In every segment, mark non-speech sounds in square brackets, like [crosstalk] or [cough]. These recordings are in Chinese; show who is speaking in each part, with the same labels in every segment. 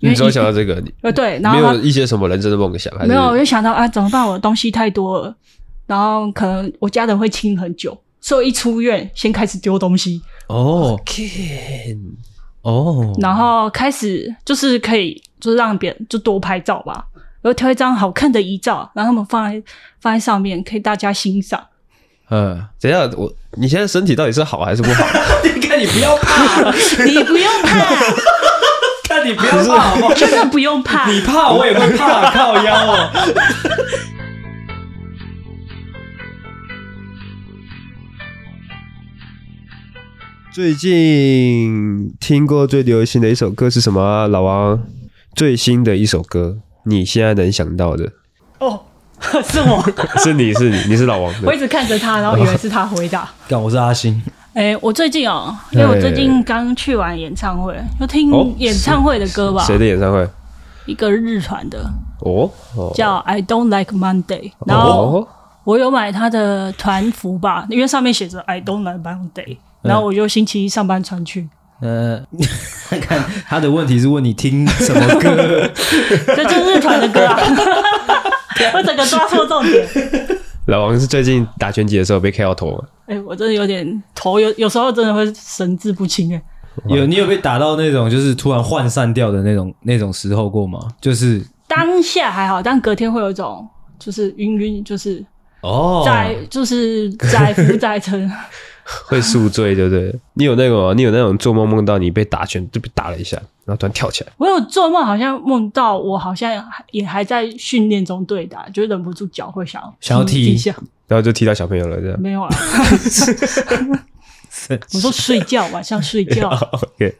Speaker 1: 你只有想到这个，你
Speaker 2: 呃对，然
Speaker 1: 没
Speaker 2: 后
Speaker 1: 有
Speaker 2: 他
Speaker 1: 一些什么人生的梦想，还是
Speaker 2: 没有，我就想到啊，怎么办？我的东西太多了，然后可能我家人会清很久，所以我一出院先开始丢东西，
Speaker 3: 哦
Speaker 1: can
Speaker 3: 哦，
Speaker 2: 然后开始就是可以就是让别人就多拍照吧，然后挑一张好看的遗照，然后他们放在放在上面，可以大家欣
Speaker 3: [laughs]
Speaker 2: 赏。
Speaker 3: 嗯，
Speaker 1: 怎样？我你现在身体到底是好还是不好？
Speaker 3: 你看你不要
Speaker 2: [laughs]
Speaker 3: 怕，
Speaker 2: 你不用怕，
Speaker 3: [laughs] 看你不要怕，好不好？
Speaker 2: 真的不用怕。
Speaker 3: 你怕我也会
Speaker 1: [laughs]
Speaker 3: 怕，靠腰哦。
Speaker 1: 最近听过最流行的一首歌是什么啊、老王最新的一首歌，你现在能想到
Speaker 3: [laughs]
Speaker 1: 的
Speaker 2: 哦，是我，
Speaker 1: 是你是你你是老王
Speaker 2: 我
Speaker 1: 的
Speaker 2: 一直看着他，然后以为是他回答。
Speaker 3: 干，我是阿星，
Speaker 2: 哎、我最近哦，因为我最近刚去完演唱会，就听
Speaker 1: 哦
Speaker 2: 演唱会的歌吧，
Speaker 1: 谁的演唱会？
Speaker 2: 一个日团的
Speaker 1: 哦哦，
Speaker 2: 叫《I Don't Like Monday》，然后
Speaker 1: 哦
Speaker 2: 我有买他的团服吧，因为上面写着 “I don't like Monday”，然后我就星期一上班穿去。
Speaker 3: 呃，看他的问题是问你听什么
Speaker 2: [laughs]
Speaker 3: 歌，
Speaker 2: 这就是日团的歌啊！我整个抓错重点。
Speaker 1: 老王是最近打拳击的时候被 K 到头了，
Speaker 2: 哎、我真的有点头有，有时候真的会神志不清哎、
Speaker 3: 有你有被打到那种就是突然涣散掉的那种那种时候过吗？就是
Speaker 2: 当下还好，但隔天会有一种就是晕晕，就是
Speaker 3: 哦
Speaker 2: 在、就是载浮载沉。
Speaker 1: 会宿醉，对不对？你有那个吗？你有那种做梦梦到你被打拳就被打了一下，然后突然跳起来，
Speaker 2: 我有做梦，好像梦到我好像还也还在训练中对打，就忍不住脚会想嗯
Speaker 3: 想要踢
Speaker 2: 一下，
Speaker 1: 然后就踢到小朋友了，这样。
Speaker 2: 没有啊。我说睡觉，晚上睡
Speaker 1: [laughs]
Speaker 2: 觉啊、
Speaker 1: OK，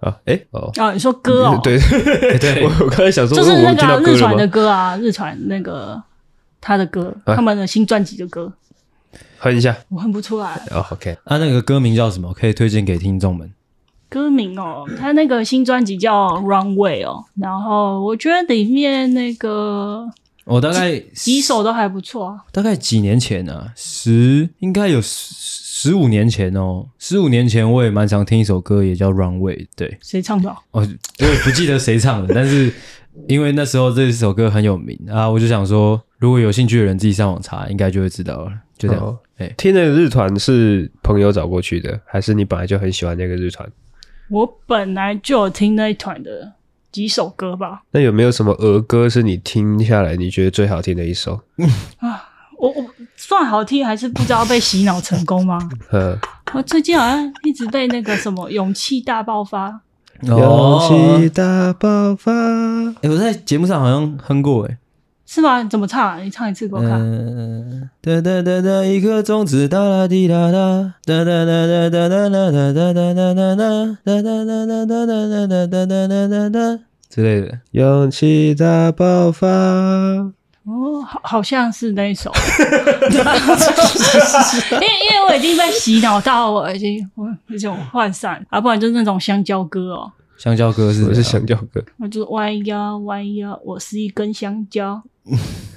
Speaker 1: 啊，哎、哦，
Speaker 2: 你说歌哦，
Speaker 1: [laughs] 对，
Speaker 3: 对
Speaker 1: 我我刚才想说，
Speaker 2: 就是那
Speaker 1: 我听
Speaker 2: 个、
Speaker 1: 到
Speaker 2: 啊、
Speaker 1: 歌
Speaker 2: 日
Speaker 1: 了
Speaker 2: 传的
Speaker 1: 吗？
Speaker 2: 歌啊，日传那个他的歌，他们的新专辑的歌，
Speaker 1: 哼一下，
Speaker 2: 我哼不出来
Speaker 1: 哦，OK，
Speaker 3: 他那个歌名叫什么？可以推荐给听众们。
Speaker 2: 歌名哦。他那个新专辑叫《Runway》哦，然后我觉得里面那个
Speaker 3: 我大概
Speaker 2: 几首都还不错啊。
Speaker 3: 大概几年前啊，十应该有十十五年前哦，十五年前我也蛮常听一首歌，也叫《Runway》。对，
Speaker 2: 谁唱的啊？
Speaker 3: 哦，我也不记得谁唱的，但是因为那时候这首歌很有名啊，我就想说，如果有兴趣的人自己上网查，应该就会知道了。就这样，
Speaker 1: 哦
Speaker 3: 哎、
Speaker 1: 听那个日团是朋友找过去的，还是你本来就很喜欢那个日团？
Speaker 2: 我本来就有听那一团的几首歌吧。
Speaker 1: 那有没有什么儿歌是你听下来你觉得最好听的一首？
Speaker 2: 我我算好听还是不知道被洗脑成功吗？
Speaker 1: 嗯，
Speaker 2: 我最近好像一直被那个什么勇气大爆发，
Speaker 3: 哦
Speaker 1: 勇气，大爆发。
Speaker 3: 哎、我在节目上好像哼过、诶
Speaker 2: 是吗？怎么唱、啊？你唱一次给我看。
Speaker 3: 嗯，哒哒哒哒，一颗种子，哒啦滴哒哒，哒哒哒哒哒哒哒哒哒哒哒哒哒哒哒哒哒哒哒哒哒哒哒哒哒之类的。
Speaker 1: 勇气大爆发，
Speaker 2: 哦，好，好像是那一首， [laughs] 因为因为我已经被洗脑到，我已经我有种涣散，啊，不然就是那种香蕉歌哦，
Speaker 3: 香蕉哥是啊
Speaker 1: 我是香蕉歌，
Speaker 2: 我就是弯腰弯腰，我是一根香蕉，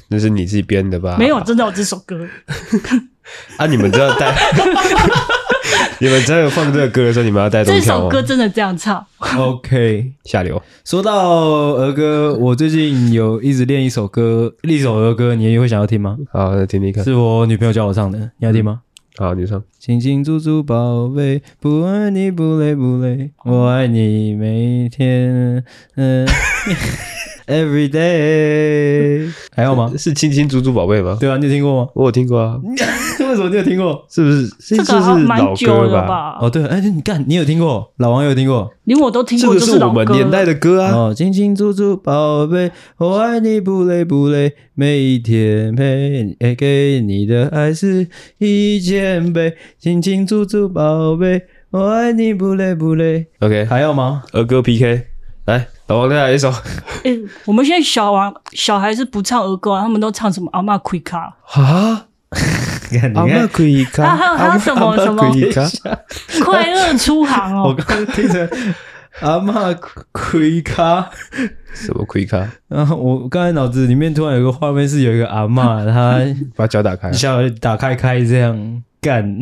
Speaker 1: 那是你自己编的吧？
Speaker 2: 没有，真的有这首歌，
Speaker 1: 啊！你们知道
Speaker 2: [laughs]
Speaker 1: 带，你们真的放这个歌的时候，你们要带东
Speaker 2: 这
Speaker 1: 西吗
Speaker 2: 首歌真的这样唱，
Speaker 3: OK。
Speaker 1: 下流。
Speaker 3: 说到儿歌，我最近有一直练一首歌，一首儿歌，你也会想要听吗？
Speaker 1: 好，那听听看。
Speaker 3: 是我女朋友教我唱的，你要听吗？
Speaker 1: 好，你唱。
Speaker 3: 清清楚楚，宝贝，不爱你不累不累，我爱你每一天， [laughs] 嗯、，every day，还有吗？
Speaker 1: 是亲亲猪猪宝贝吗？
Speaker 3: 对啊，你有听过吗？
Speaker 1: 我有听过啊，
Speaker 3: [laughs] 为什么你有听过？
Speaker 1: 是不是？这
Speaker 2: 这个好像
Speaker 1: 是
Speaker 2: 蛮
Speaker 1: 老
Speaker 2: 久
Speaker 1: 歌
Speaker 2: 了
Speaker 1: 吧？？
Speaker 3: 哦，对，哎，你看，你有听过，老王有听过。
Speaker 2: 连我都听
Speaker 1: 这
Speaker 2: 过，
Speaker 1: 个
Speaker 2: 就是老
Speaker 1: 我们
Speaker 2: 歌
Speaker 1: 年代
Speaker 2: 了。
Speaker 1: 的歌啊。
Speaker 3: 哦，清清楚楚，宝贝，我爱你不累不累，每一天陪你，哎给你的爱是一千倍，清清楚楚，宝贝，我爱你不累不累。
Speaker 1: OK，
Speaker 3: 还要 [laughs] 吗？
Speaker 1: 儿歌 PK，来，老王再来一首。
Speaker 2: 哎、我们现在小王小孩是不唱儿歌、啊，他们都唱什么阿妈奎卡，
Speaker 1: 啊，
Speaker 3: 你
Speaker 1: 阿妈可以
Speaker 2: [laughs]
Speaker 1: 看，
Speaker 2: 啊还有还有
Speaker 1: 阿嬷
Speaker 2: 什么
Speaker 1: 阿嬷
Speaker 2: 什么
Speaker 1: 可以看
Speaker 2: [laughs] 快乐出航 [laughs]
Speaker 3: 我
Speaker 2: 哦，
Speaker 3: 刚刚听成 [laughs] 阿妈亏咖，
Speaker 1: 什么可以看？
Speaker 3: 然后我刚才脑子里面突然有个画面是有一个阿妈，她
Speaker 1: 把脚打开。啊
Speaker 3: 小打开开这样 [laughs] 干。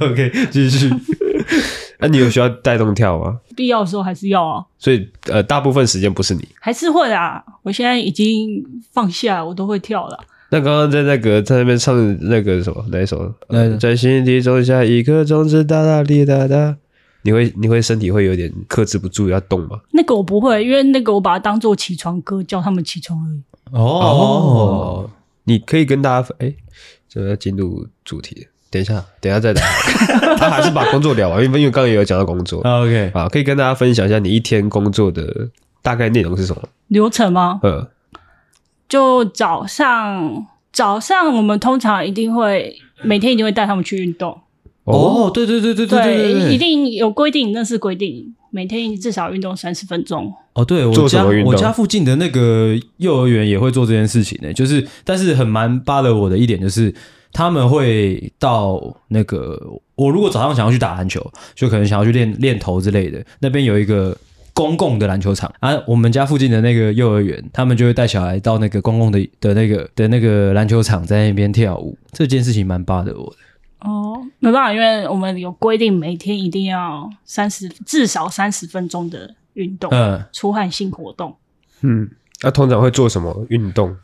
Speaker 3: OK，继续。
Speaker 1: 那、哎你有需要带动跳吗？
Speaker 2: 必要的时候还是要啊，
Speaker 1: 所以呃，大部分时间不是你。
Speaker 2: 还是会啊。我现在已经放下，我都会跳了。
Speaker 1: 那刚刚在那个在那边唱那个什么哪一首？
Speaker 3: 哪一首
Speaker 1: 呃在心底种下一颗种子，哒哒滴哒哒。你会你会身体会有点克制不住要动吗？
Speaker 2: 那个我不会，因为那个我把它当做起床歌，叫他们起床而已。
Speaker 3: 哦，
Speaker 1: 你可以跟大家分哎，这要进入主题，等一下等一下再聊。 [laughs] 他还是把工作聊完，因为因为刚刚也有讲到工作
Speaker 3: 啊 OK，
Speaker 1: 啊，可以跟大家分享一下你一天工作的大概内容是什么？
Speaker 2: 流程吗？
Speaker 1: 呃，
Speaker 2: 就早上，早上我们通常一定会每天一定会带他们去运动，
Speaker 1: 哦，
Speaker 3: 哦，对对对对对对对
Speaker 2: 一
Speaker 3: 对，
Speaker 2: 定有规定，那是规定，每天至少运动三十分钟。
Speaker 3: 哦，对我
Speaker 1: 做什
Speaker 3: 家
Speaker 1: 么运动
Speaker 3: 我家附近的那个幼儿园也会做这件事情呢，就是但是很蛮巴了我的一点就是。他们会到那个，我如果早上想要去打篮球，就可能想要去练练头之类的。那边有一个公共的篮球场啊，我们家附近的那个幼儿园，他们就会带小孩到那个公共的的那个的那个篮球场，在那边跳舞。这件事情蛮巴的我的。
Speaker 2: 哦，没办法，因为我们有规定，每天一定要三十至少三十分钟的运动，
Speaker 3: 嗯，
Speaker 2: 出汗性活动。
Speaker 1: 嗯，那、通常会做什么运动？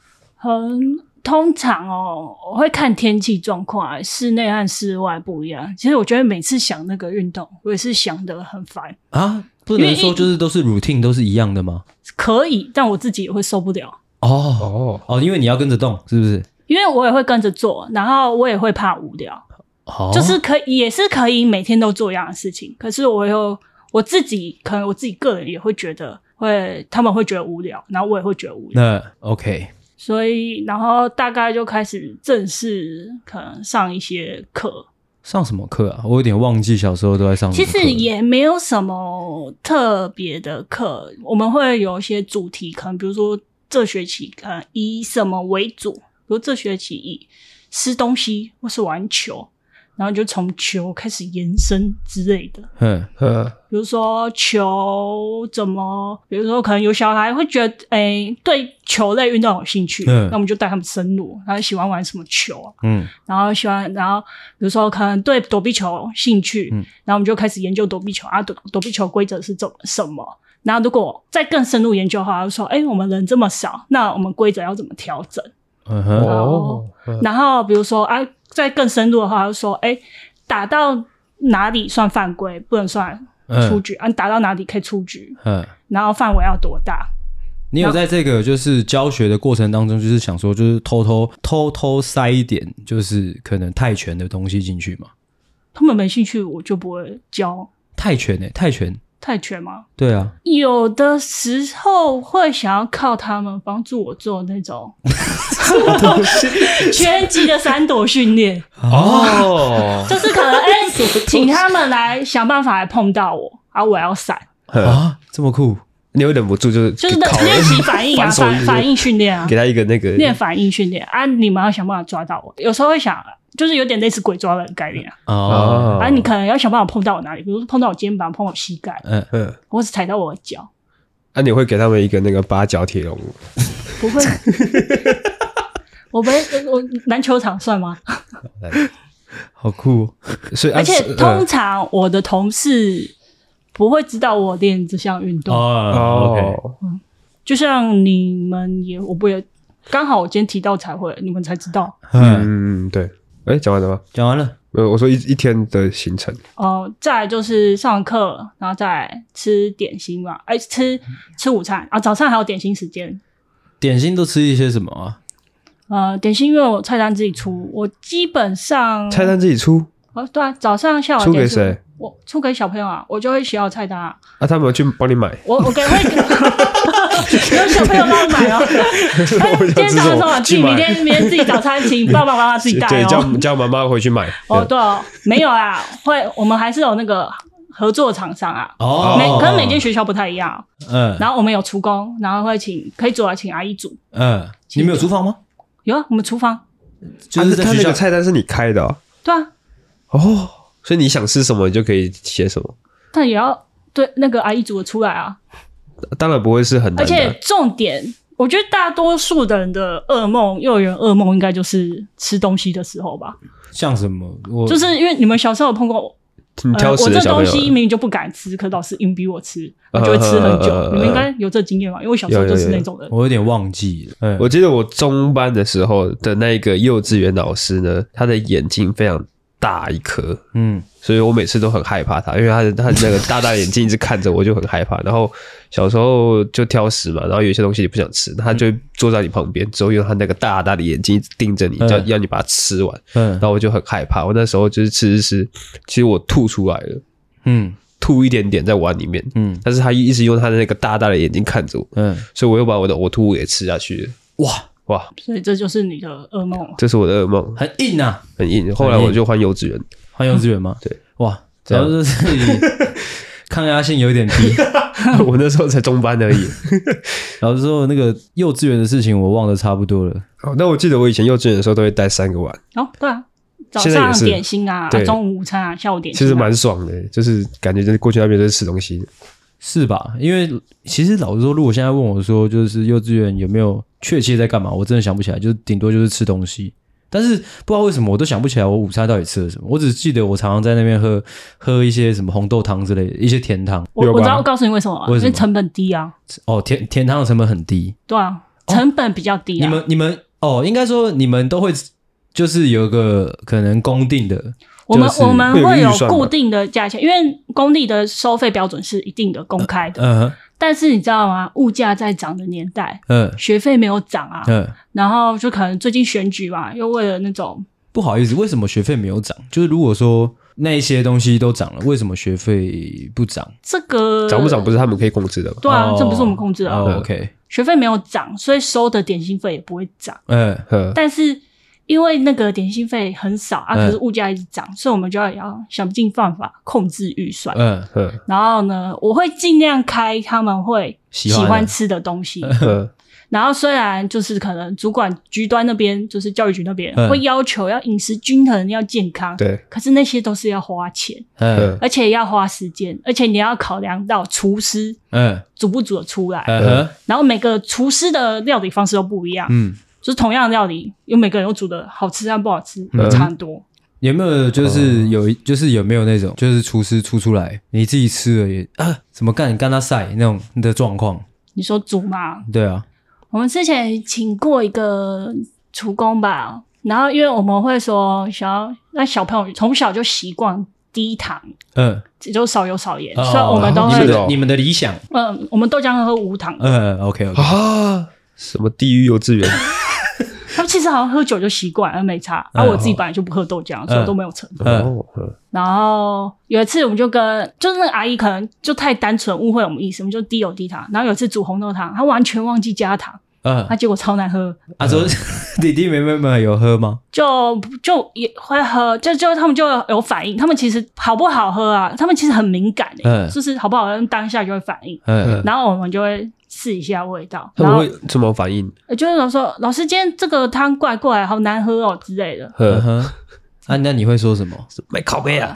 Speaker 2: 嗯，通常哦，我会看天气状况，室内和室外不一样。其实我觉得每次想那个运动，我也是想的很烦。
Speaker 3: 啊，不
Speaker 2: 因
Speaker 3: 能
Speaker 2: 为
Speaker 3: 说
Speaker 2: 一
Speaker 3: 就是都是 routine 都是一样的吗？
Speaker 2: 可以，但我自己也会受不了，
Speaker 3: 哦
Speaker 1: 哦，
Speaker 3: 哦，因为你要跟着动，是不是？
Speaker 2: 因为我也会跟着做，然后我也会怕无聊。
Speaker 3: 哦，
Speaker 2: 就是可以，也是可以每天都做一样的事情，可是我又我自己，可能我自己个人也会觉得会，他们会觉得无聊，然后我也会觉得无聊，
Speaker 3: 那 OK
Speaker 2: 所以然后大概就开始正式可能上一些课，
Speaker 3: 上什么课啊？我有点忘记小时候都在上什
Speaker 2: 其
Speaker 3: 么课
Speaker 2: 实
Speaker 3: 了。
Speaker 2: 也没有什么特别的课，我们会有一些主题，可能比如说这学期可能以什么为主，比如这学期以吃东西或是玩球，然后就从球开始延伸之类的。
Speaker 3: 嗯
Speaker 1: 呃，
Speaker 2: 比如说球怎么，比如说可能有小孩会觉得，哎、对球类运动有兴趣，
Speaker 3: 嗯
Speaker 2: 那我们就带他们深入，他喜欢玩什么球啊，
Speaker 3: 嗯
Speaker 2: 然后喜欢，然后比如说可能对躲避球兴趣，
Speaker 3: 嗯
Speaker 2: 然后我们就开始研究躲避球啊，躲躲避球规则是怎么什么。然后，如果再更深入研究的话，就说：“哎，我们人这么少，那我们规则要怎么调整？”
Speaker 3: 嗯哼，
Speaker 1: 哦
Speaker 2: 哦，
Speaker 1: 嗯
Speaker 2: 然后比如说啊，再更深入的话，就说：“哎，打到哪里算犯规，不能算出
Speaker 3: 嗯
Speaker 2: 局，按、打到哪里可以出局，
Speaker 3: 嗯，
Speaker 2: 然后范围要多大？
Speaker 3: 你有在这个就是教学的过程当中，就是想说，就是偷偷偷偷塞一点，就是可能泰拳的东西进去嘛？
Speaker 2: 他们没兴趣，我就不会教
Speaker 3: 泰拳呢、欸泰拳，
Speaker 2: 泰拳嘛。
Speaker 3: 对啊，
Speaker 2: 有的时候会想要靠他们帮助我做那
Speaker 1: [laughs]
Speaker 2: 种拳击的闪躲
Speaker 1: [laughs]
Speaker 2: 训练，
Speaker 3: 啊
Speaker 1: 哦，
Speaker 2: 就是可能哎、请他们来想办法来碰到我啊，我要闪，
Speaker 1: 呵
Speaker 3: 啊，这么酷，
Speaker 1: 呃你会忍不住就是
Speaker 2: 就是
Speaker 1: 考
Speaker 2: 练习反应
Speaker 1: [laughs]
Speaker 2: 啊，
Speaker 1: 反手一
Speaker 2: 反
Speaker 1: 个
Speaker 2: 反应训练啊，
Speaker 1: 给他一个那个
Speaker 2: 练反应训练啊，你们要想办法抓到我。有时候会想，啊就是有点类似鬼抓人的概念啊。
Speaker 3: 哦，
Speaker 1: 哦
Speaker 2: 啊，你可能要想办法碰到我哪里，比如说碰到我肩膀、碰到我膝盖，
Speaker 3: 嗯，
Speaker 1: 嗯，
Speaker 2: 或是踩到我的脚，
Speaker 1: 那你会给他们一个那个八角铁笼
Speaker 2: 不
Speaker 1: [laughs]
Speaker 2: 会。我们我篮球场算吗？
Speaker 3: 好酷哦、
Speaker 1: 所以啊
Speaker 2: 而且
Speaker 1: 是
Speaker 2: 通常我的同事不会知道我练这项运动，
Speaker 1: 呃
Speaker 3: 哦
Speaker 1: 哦，
Speaker 2: 就像你们也我不也刚好我今天提到才会，你们才知道。
Speaker 3: ，OK，嗯，
Speaker 1: 嗯，对，哎，讲完了吗？
Speaker 3: 讲完了，
Speaker 1: 呃，我说一一天的行程，
Speaker 2: 哦、再来就是上课，然后再来吃点心嘛，哎、吃吃午餐啊，早上还有点心时间。
Speaker 3: 点心都吃一些什么啊？
Speaker 2: 呃，点心因为我菜单自己出，我基本上
Speaker 1: 菜单自己出，
Speaker 2: 哦，对啊，早上下午
Speaker 1: 出给
Speaker 2: 点数
Speaker 1: 谁？
Speaker 2: 我出给小朋友啊，我就会写好菜单啊。
Speaker 1: 啊，他们有去帮你买，
Speaker 2: 我我给会，
Speaker 1: [laughs]
Speaker 2: 有小朋友帮我买哦。
Speaker 1: [laughs]
Speaker 2: 哎
Speaker 1: 我想
Speaker 2: 今天
Speaker 1: 吃
Speaker 2: 早
Speaker 1: 什
Speaker 2: 上说
Speaker 1: 么
Speaker 2: 啊，自己
Speaker 1: 去
Speaker 2: 明
Speaker 1: 买，
Speaker 2: 天明天自己早餐，
Speaker 1: [laughs]
Speaker 2: 请爸爸妈妈自己带
Speaker 1: 对，叫
Speaker 2: 哦。
Speaker 1: 叫妈妈回去买。
Speaker 2: 哦，
Speaker 1: 对
Speaker 2: 对哦，没有啊，会我们还是有那个合作厂商啊。
Speaker 3: 哦
Speaker 2: 每可能每间学校不太一样啊，
Speaker 3: 嗯
Speaker 2: 然后我们有厨工，然后会请可以煮啊，请阿姨煮。
Speaker 3: 嗯，你们有厨房吗？
Speaker 2: 有啊，我们厨房
Speaker 3: 就是
Speaker 1: 啊
Speaker 3: 在
Speaker 1: 他
Speaker 3: 学
Speaker 1: 那个
Speaker 3: 校
Speaker 1: 菜单是你开的哦
Speaker 2: 对啊，
Speaker 1: 哦，所以你想吃什么你就可以写什么，
Speaker 2: 但也要对那个阿姨煮的出来啊。
Speaker 1: 当然不会是很
Speaker 2: 而
Speaker 1: 难
Speaker 2: 且
Speaker 1: 的。
Speaker 2: 重点，我觉得大多数的人的噩梦，幼儿园噩梦应该就是吃东西的时候吧。
Speaker 3: 像什么？我
Speaker 1: 哦
Speaker 2: 就是因为你们小时候有碰过
Speaker 1: 你挑
Speaker 2: 呃、
Speaker 1: 食
Speaker 2: 我
Speaker 1: 的
Speaker 2: 这
Speaker 1: 小朋
Speaker 2: 东
Speaker 1: 友
Speaker 2: 西
Speaker 1: 了，
Speaker 2: 明明就不敢吃，可老师硬逼我吃，我
Speaker 1: 嗯
Speaker 2: 就会吃很久。
Speaker 1: 嗯嗯嗯
Speaker 2: 你们应该有这经验吧？因为我小时候
Speaker 1: 有
Speaker 2: 就是
Speaker 1: 有有
Speaker 2: 那种人。
Speaker 3: 我有点忘记了。哎
Speaker 1: 我记得我中班的时候的那个幼稚园老师呢，他的眼睛非常大一颗，
Speaker 3: 嗯，
Speaker 1: 所以我每次都很害怕他，因为他的他那个大大眼睛一直看着我，就很害怕。然后小时候就挑食嘛，然后有一些东西你不想吃，他就
Speaker 2: 嗯
Speaker 1: 坐在你旁边，之后用他那个大大的眼睛盯着你，
Speaker 3: 嗯
Speaker 1: 要要你把它吃完。
Speaker 3: 嗯
Speaker 1: 然后我就很害怕，我那时候就是吃吃吃，其实我吐出来了，
Speaker 3: 嗯
Speaker 1: 吐一点点在碗里面，
Speaker 3: 嗯
Speaker 1: 但是他一直用他的那个大大的眼睛看着我，
Speaker 3: 嗯，
Speaker 1: 所以我又把我的呕吐物给吃下去了。哇哇，
Speaker 2: 所以这就是你的噩梦。
Speaker 1: 这是我的噩梦，
Speaker 3: 很硬啊，
Speaker 1: 很硬。后来我就换幼稚 [laughs] 园，
Speaker 3: 换幼稚园吗？
Speaker 1: 对，
Speaker 3: 哇，
Speaker 1: 这
Speaker 3: 主
Speaker 1: 样
Speaker 3: 要就是你 [laughs] 抗压性有点低。
Speaker 1: 我那时候才中班而已。
Speaker 3: 老实说，那个幼稚园的事情我忘得差不多了。
Speaker 1: 哦，那我记得我以前幼稚园的时候都会带三个碗。
Speaker 2: 哦，对啊，早
Speaker 1: 现在也
Speaker 2: 上
Speaker 1: 是
Speaker 2: 点心啊，
Speaker 1: 对
Speaker 2: 中午午餐啊，下午点
Speaker 1: [laughs] 其
Speaker 2: 心、啊，
Speaker 1: 实蛮爽的，就是感觉就是过去那边就是吃东西。
Speaker 3: 是吧？因为其实老实说，如果现在问我说，就是幼稚园有没有确切在干嘛，我真的想不起来，就是顶多就是吃东西。但是不知道为什么，我都想不起来我午餐到底吃了什么。我只记得我常常在那边喝喝一些什么红豆汤之类的，一些甜汤。
Speaker 2: 我
Speaker 1: 有吧
Speaker 2: 我知道，我告诉你为什么啊，
Speaker 3: 为什么
Speaker 2: 因为成本低啊，
Speaker 3: 哦，甜甜汤的成本很低。
Speaker 2: 对啊，
Speaker 1: 哦
Speaker 2: 成本比较低啊。
Speaker 3: 你们你们哦，应该说你们都会就是有一个可能公定的，
Speaker 2: 我们、
Speaker 3: 就是
Speaker 2: 我们
Speaker 1: 会有
Speaker 2: 会
Speaker 1: 预
Speaker 2: 有
Speaker 1: 算吧
Speaker 2: 固定的价钱，因为工地的收费标准是一定的、公开的。
Speaker 3: 嗯
Speaker 2: 但是你知道吗？物价在涨的年代，
Speaker 3: 嗯
Speaker 2: 学费没有涨啊，
Speaker 3: 嗯，
Speaker 2: 然后就可能最近选举嘛，又为了那种
Speaker 3: 不好意思，为什么学费没有涨？就是如果说那一些东西都涨了，为什么学费不涨？
Speaker 2: 这个
Speaker 1: 涨不涨不是他们可以控制的吧？
Speaker 2: 对啊，
Speaker 3: 哦
Speaker 2: 这不是我们控制的啊、
Speaker 3: 哦 OK，
Speaker 2: 学费没有涨，所以收的点心费也不会涨。
Speaker 3: 嗯
Speaker 1: 呃，
Speaker 2: 但是因为那个点心费很少啊，
Speaker 3: 嗯
Speaker 2: 可是物价一直涨，所以我们就要要想尽办法控制预算。
Speaker 3: 嗯
Speaker 1: 呃，
Speaker 2: 然后呢，我会尽量开他们会
Speaker 3: 喜
Speaker 2: 喜
Speaker 3: 欢的嗯
Speaker 2: 欢吃的东西。
Speaker 1: [laughs] 呃，
Speaker 2: 然后虽然就是可能主管局端那边，就是教育局那边、
Speaker 3: 嗯
Speaker 2: 会要求要饮食均衡、要健康，
Speaker 1: 对，
Speaker 2: 可是那些都是要花钱，
Speaker 3: 嗯
Speaker 1: 呃，
Speaker 2: 而且要花时间，而且你要考量到厨师
Speaker 3: 嗯
Speaker 2: 煮不煮得出来，
Speaker 3: 嗯
Speaker 2: 然后每个厨师的料理方式都不一样，
Speaker 3: 嗯，
Speaker 2: 就是同样的料理，有每个人都煮的好吃和不好吃、
Speaker 1: 嗯
Speaker 2: 差很多。
Speaker 3: 有没有就是有一就是有没有那种就是厨师出出来你自己吃了也啊怎么干干他晒那种的状况？
Speaker 2: 你说煮嘛，
Speaker 3: 对啊，
Speaker 2: 我们之前请过一个厨工吧，然后因为我们会说想要让小朋友从小就习惯低糖，
Speaker 3: 嗯，
Speaker 2: 也就少油少盐，
Speaker 3: 哦
Speaker 2: 所以我们都
Speaker 3: 你
Speaker 2: 会
Speaker 3: 们
Speaker 1: 是哦
Speaker 3: 的你们的理想，
Speaker 2: 嗯，我们豆浆喝无糖，
Speaker 3: 嗯，OK OK，
Speaker 1: 啊，什么地狱幼稚园？
Speaker 2: 他们其实好像喝酒就习惯，而没差。啊
Speaker 3: 嗯
Speaker 2: 而、我自己本来就不喝豆浆，所以我都没有成。
Speaker 3: 嗯
Speaker 1: 哦，呃
Speaker 2: 然后有一次我们就跟就是那个阿姨可能就太单纯误会我们意思，我们就低油低糖。然后有一次煮红豆汤，她完全忘记加糖，
Speaker 3: 嗯
Speaker 2: 她，结果超难喝，
Speaker 3: 啊，说 [laughs] 弟弟妹妹们有喝吗？
Speaker 2: 就就也会喝，就就他们就有反应。他们其实好不好喝啊？他们其实很敏感、欸，
Speaker 3: 嗯
Speaker 2: 就是好不好喝当下就会反应。
Speaker 3: 嗯
Speaker 2: 然后我们就会试一下味道，
Speaker 1: 他
Speaker 2: 然
Speaker 1: 们
Speaker 2: 后
Speaker 1: 会怎么反应？，
Speaker 2: 呃就是老说老师今天这个汤怪怪，好难喝哦之类的
Speaker 3: 嗯
Speaker 1: 呃，
Speaker 3: 哼，啊，那你会说什么？
Speaker 1: 卖烤妹啊？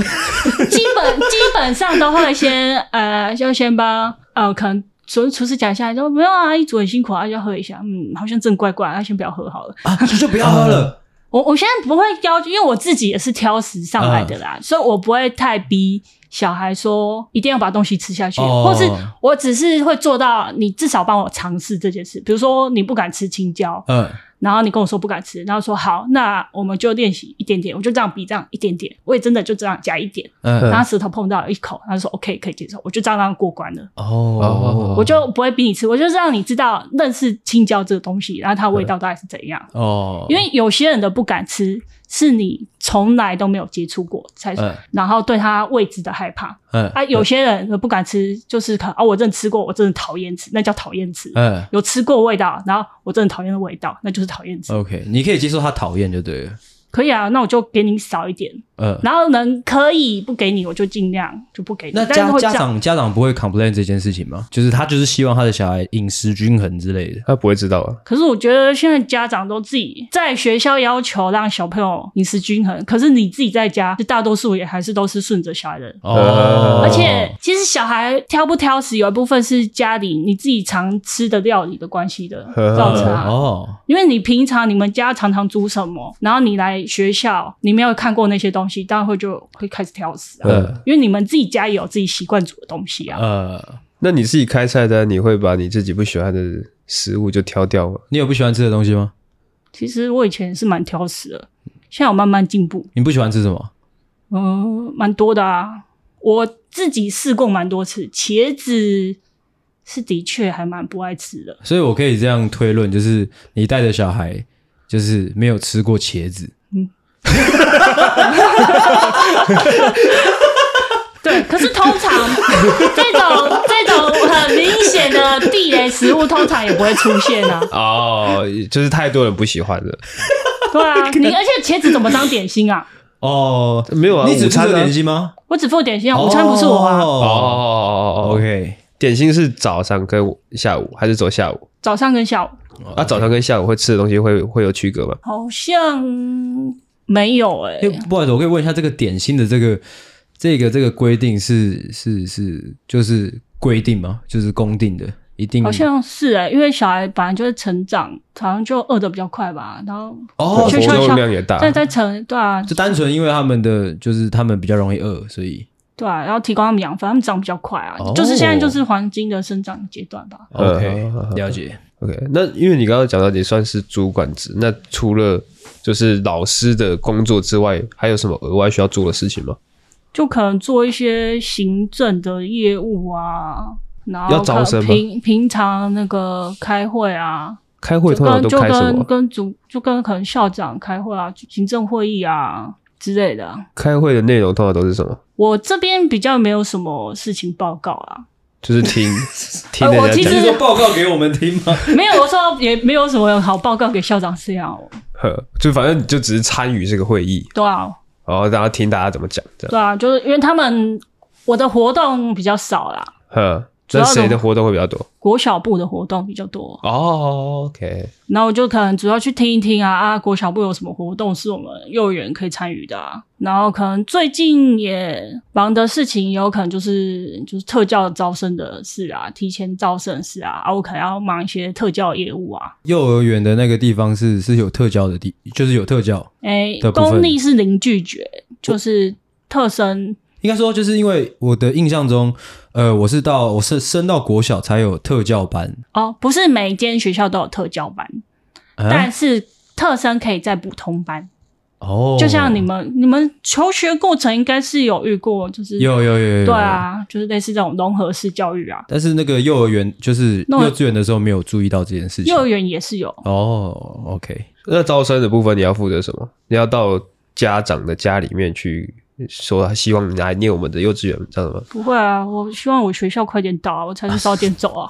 Speaker 2: 基本基本上都会先呃，就先帮呃，可能厨厨师讲一下，说没有啊，阿姨煮很辛苦啊，要喝一下，嗯，好像真怪怪，那、先不要喝好了。
Speaker 3: 啊，就不要喝了。
Speaker 2: 我我现在不会要求，因为我自己也是挑食上来的啦，所以我不会太逼小孩说一定要把东西吃下去，
Speaker 3: 哦
Speaker 2: 或是我只是会做到你至少帮我尝试这件事。比如说你不敢吃青椒，
Speaker 3: 嗯
Speaker 2: 然后你跟我说不敢吃，然后说好，那我们就练习一点点，我就这样比这样一点点，我也真的就这样夹一点，
Speaker 3: 嗯，
Speaker 2: 然后舌头碰到一口，他就说 OK 可以接受，我就这样让他过关了。
Speaker 3: 哦，
Speaker 2: 我就不会逼你吃，我就是让你知道认识青椒这个东西，然后它的味道大概是怎样。
Speaker 3: 哦，
Speaker 2: 因为有些人的不敢吃，是你从来都没有接触过才，
Speaker 3: 嗯
Speaker 2: 然后对他未知的害怕
Speaker 3: 嗯
Speaker 2: 啊。有些人的不敢吃，就是可能啊，我真的吃过，我真的讨厌吃，那叫讨厌吃。
Speaker 3: 嗯
Speaker 2: 有吃过味道，然后我真的讨厌的味道，那就是讨厌吃。
Speaker 3: ，OK，你可以接受他讨厌就对了。
Speaker 2: 可以啊，那我就给你少一点，
Speaker 3: 嗯，
Speaker 2: 然后能可以不给你，我就尽量就不给你。
Speaker 3: 那
Speaker 2: 但是
Speaker 3: 家
Speaker 2: 会这
Speaker 3: 家
Speaker 2: 样
Speaker 3: 长家长不会 complain 这件事情吗？就是他就是希望他的小孩饮食均衡之类的。
Speaker 1: 他不会知道啊。
Speaker 2: 可是我觉得现在家长都自己在学校要求让小朋友饮食均衡，可是你自己在家，就大多数也还是都是顺着小孩的。
Speaker 3: 哦，
Speaker 2: 而且，其实小孩挑不挑食，有一部分是家里你自己常吃的料理的关系的
Speaker 1: 呵
Speaker 2: 造成啊。
Speaker 3: 哦，
Speaker 2: 因为你平常你们家常常煮什么，然后你来学校，你没有看过那些东西，当然会就会开始挑食啊，
Speaker 1: 嗯
Speaker 2: 因为你们自己家也有自己习惯煮的东西啊。
Speaker 3: 呃，
Speaker 1: 那你自己开菜单，你会把你自己不喜欢的食物就挑掉吗？
Speaker 3: 你有不喜欢吃的东西吗？
Speaker 2: 其实我以前是蛮挑食的，现在我慢慢进步，
Speaker 3: 你不喜欢吃什么？
Speaker 2: 嗯，蛮多的啊。我自己试过蛮多次，茄子是的确还蛮不爱吃的，
Speaker 3: 所以我可以这样推论，就是你带着小孩，就是没有吃过茄子，
Speaker 2: 对，可是通常 [laughs] 这种这种很明显的地雷食物，通常也不会出现啊。
Speaker 1: 哦，就是太多人不喜欢了。
Speaker 2: 对啊，你而且茄子怎么当点心啊？
Speaker 3: 哦，
Speaker 1: 没有啊
Speaker 3: 你只
Speaker 1: 午餐
Speaker 3: 吃
Speaker 1: 啊
Speaker 3: 点心吗？
Speaker 2: 我只付点心，啊，午餐不是我啊。
Speaker 1: 哦哦
Speaker 3: 哦
Speaker 1: 哦哦
Speaker 3: ，OK，
Speaker 1: 点心是早上跟下午，还是走下午？
Speaker 2: 早上跟下午
Speaker 1: 啊，早上跟下午会吃的东西会会有区隔吗？
Speaker 2: 好像没有哎、
Speaker 3: 哎，不好意思，我可以问一下这个点心的这个这个这个规定是是是就是规定吗？就是公定的，一定
Speaker 2: 好像是哎、因为小孩本来就是成长，好像就饿得比较快吧，然后
Speaker 3: 哦，
Speaker 2: 就
Speaker 1: 活
Speaker 2: 像
Speaker 1: 动量也大。
Speaker 2: 再再成对啊
Speaker 3: 就单纯因为他们的就是他们比较容易饿，所以
Speaker 2: 对啊，然后提高他们养分，他们长比较快啊，
Speaker 3: 哦
Speaker 2: 就是现在就是黄金的生长阶段吧。
Speaker 1: 呃
Speaker 3: OK
Speaker 1: 好好好
Speaker 3: 了解。
Speaker 1: OK，那因为你刚刚讲到你算是主管职，那除了就是老师的工作之外，还有什么额外需要做的事情吗？
Speaker 2: 就可能做一些行政的业务啊，然后
Speaker 1: 要招生吗
Speaker 2: 平平常那个开会啊，
Speaker 1: 开会
Speaker 2: 就
Speaker 1: 通常
Speaker 2: 跟
Speaker 1: 都
Speaker 2: 就
Speaker 1: 开什
Speaker 2: 跟
Speaker 1: 么？
Speaker 2: 跟主就跟可能校长开会啊，行政会议啊之类的啊。
Speaker 1: 开会的内容通常都是什么？
Speaker 2: 我这边比较没有什么事情报告啊，
Speaker 1: 就是听
Speaker 2: [laughs]
Speaker 1: 听
Speaker 2: 呃我
Speaker 1: 人
Speaker 2: 其
Speaker 1: 家
Speaker 2: 实
Speaker 1: 讲
Speaker 3: 你是说报告给我们听吗？ [laughs]
Speaker 2: 没有，我说也没有什么好报告给校长是要，
Speaker 1: 呵，就反正你就只是参与这个会议，
Speaker 2: 对啊，
Speaker 1: 然后然后听大家怎么讲这样。
Speaker 2: 对啊，就是因为他们我的活动比较少啦，
Speaker 1: 呵，
Speaker 2: 主
Speaker 1: 那
Speaker 2: 要的
Speaker 1: 谁的活动会比较多？
Speaker 2: 国小部的活动比较多，
Speaker 1: 哦，OK，
Speaker 2: 然后我就可能主要去听一听啊啊，国小部有什么活动是我们幼儿园可以参与的啊。然后可能最近也忙的事情，也有可能就是就是特教招生的事啊，提前招生的事啊，啊，我可能要忙一些特教业务啊。
Speaker 3: 幼儿园的那个地方是是有特教的地，就是有特教，
Speaker 2: 哎
Speaker 3: 的，部分
Speaker 2: 公立是零拒绝，就是特生
Speaker 3: 应该说就是因为我的印象中，呃，我是到我是升到国小才有特教班，
Speaker 2: 哦，不是每间学校都有特教班，
Speaker 3: 啊
Speaker 2: 但是特生可以在普通班。
Speaker 3: 哦，
Speaker 2: 就像你们你们求学过程应该是有遇过，就是
Speaker 3: 有有有有有
Speaker 2: 对，啊，就是类似这种融合式教育啊，
Speaker 3: 但是那个幼儿园就是
Speaker 2: 那我
Speaker 3: 幼稚园的时候没有注意到这件事情
Speaker 2: 幼。儿园也是有。
Speaker 3: 哦，OK，
Speaker 1: 那招生的部分你要负责什么？你要到家长的家里面去说，他希望你来念我们的幼稚园，这样吗？
Speaker 2: 不会啊，我希望我学校快点到啊，我才是早点走 [laughs] 啊。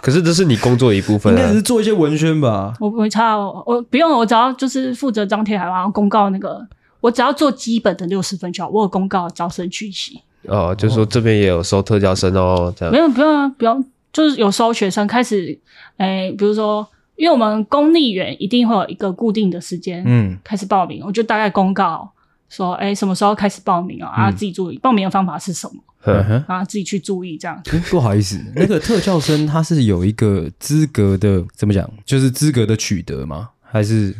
Speaker 1: 可是这是你工作的一部分
Speaker 3: 应该只
Speaker 1: 啊
Speaker 3: 是。做一些文宣吧。
Speaker 2: 我我差我我不用，我只要就是负责张贴海报公告那个，我只要做基本的六十分就好。我有公告招生讯息，
Speaker 1: 哦，就是说这边也有收特教生哦，这
Speaker 2: 没
Speaker 1: 样。
Speaker 2: 有不用啊，不用，就是有收学生开始，哎，比如说，因为我们公立园一定会有一个固定的时间，
Speaker 3: 嗯，
Speaker 2: 开始报名，我就大概公告说，哎，什么时候开始报名啊？啊，自己注意报名的方法是什么，
Speaker 3: 嗯
Speaker 1: 呵
Speaker 3: 哼
Speaker 2: 啊，自己去注意这样。
Speaker 3: 诶不好意思，那个特教生他是有一个资格的，怎么讲？就是资格的取得吗？还是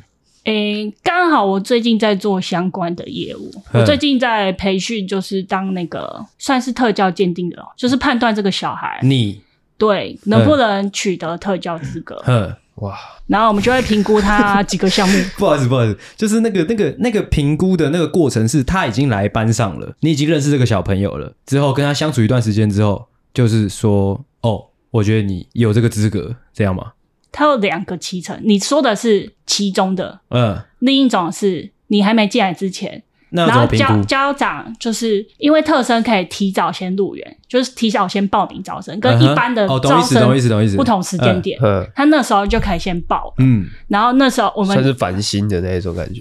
Speaker 2: 诶，刚好我最近在做相关的业务，
Speaker 3: 嗯
Speaker 2: 我最近在培训，就是当那个算是特教鉴定的哦，就是判断这个小孩
Speaker 3: 你？
Speaker 2: 对
Speaker 3: 嗯
Speaker 2: 能不能取得特教资格，
Speaker 3: 哼，
Speaker 1: 哇，
Speaker 2: 然后我们就会评估他几个
Speaker 3: [laughs]
Speaker 2: 项目。
Speaker 3: 不好意思，不好意思，就是那个那个那个评估的那个过程是，他已经来班上了，你已经认识这个小朋友了，之后跟他相处一段时间之后，就是说，哦，我觉得你有这个资格，这样吗？
Speaker 2: 它有两个期程，你说的是其中的，
Speaker 3: 嗯，
Speaker 2: 另一种是你还没进来之前，
Speaker 3: 那要
Speaker 2: 然
Speaker 3: 怎
Speaker 2: 后
Speaker 3: 么评
Speaker 2: 家
Speaker 3: 估？
Speaker 2: 家长就是因为特生可以提早先入园，就是提早先报名招生，跟一般的
Speaker 3: 嗯哼哦懂
Speaker 2: 招
Speaker 3: 意思
Speaker 2: 生
Speaker 3: 懂意思懂意思
Speaker 2: 不同时间点，
Speaker 1: 呵，
Speaker 2: 他那时候就可以先报了。
Speaker 3: 嗯，
Speaker 2: 然后那时候我
Speaker 1: 算
Speaker 2: 们
Speaker 1: 是烦心的那一种感觉。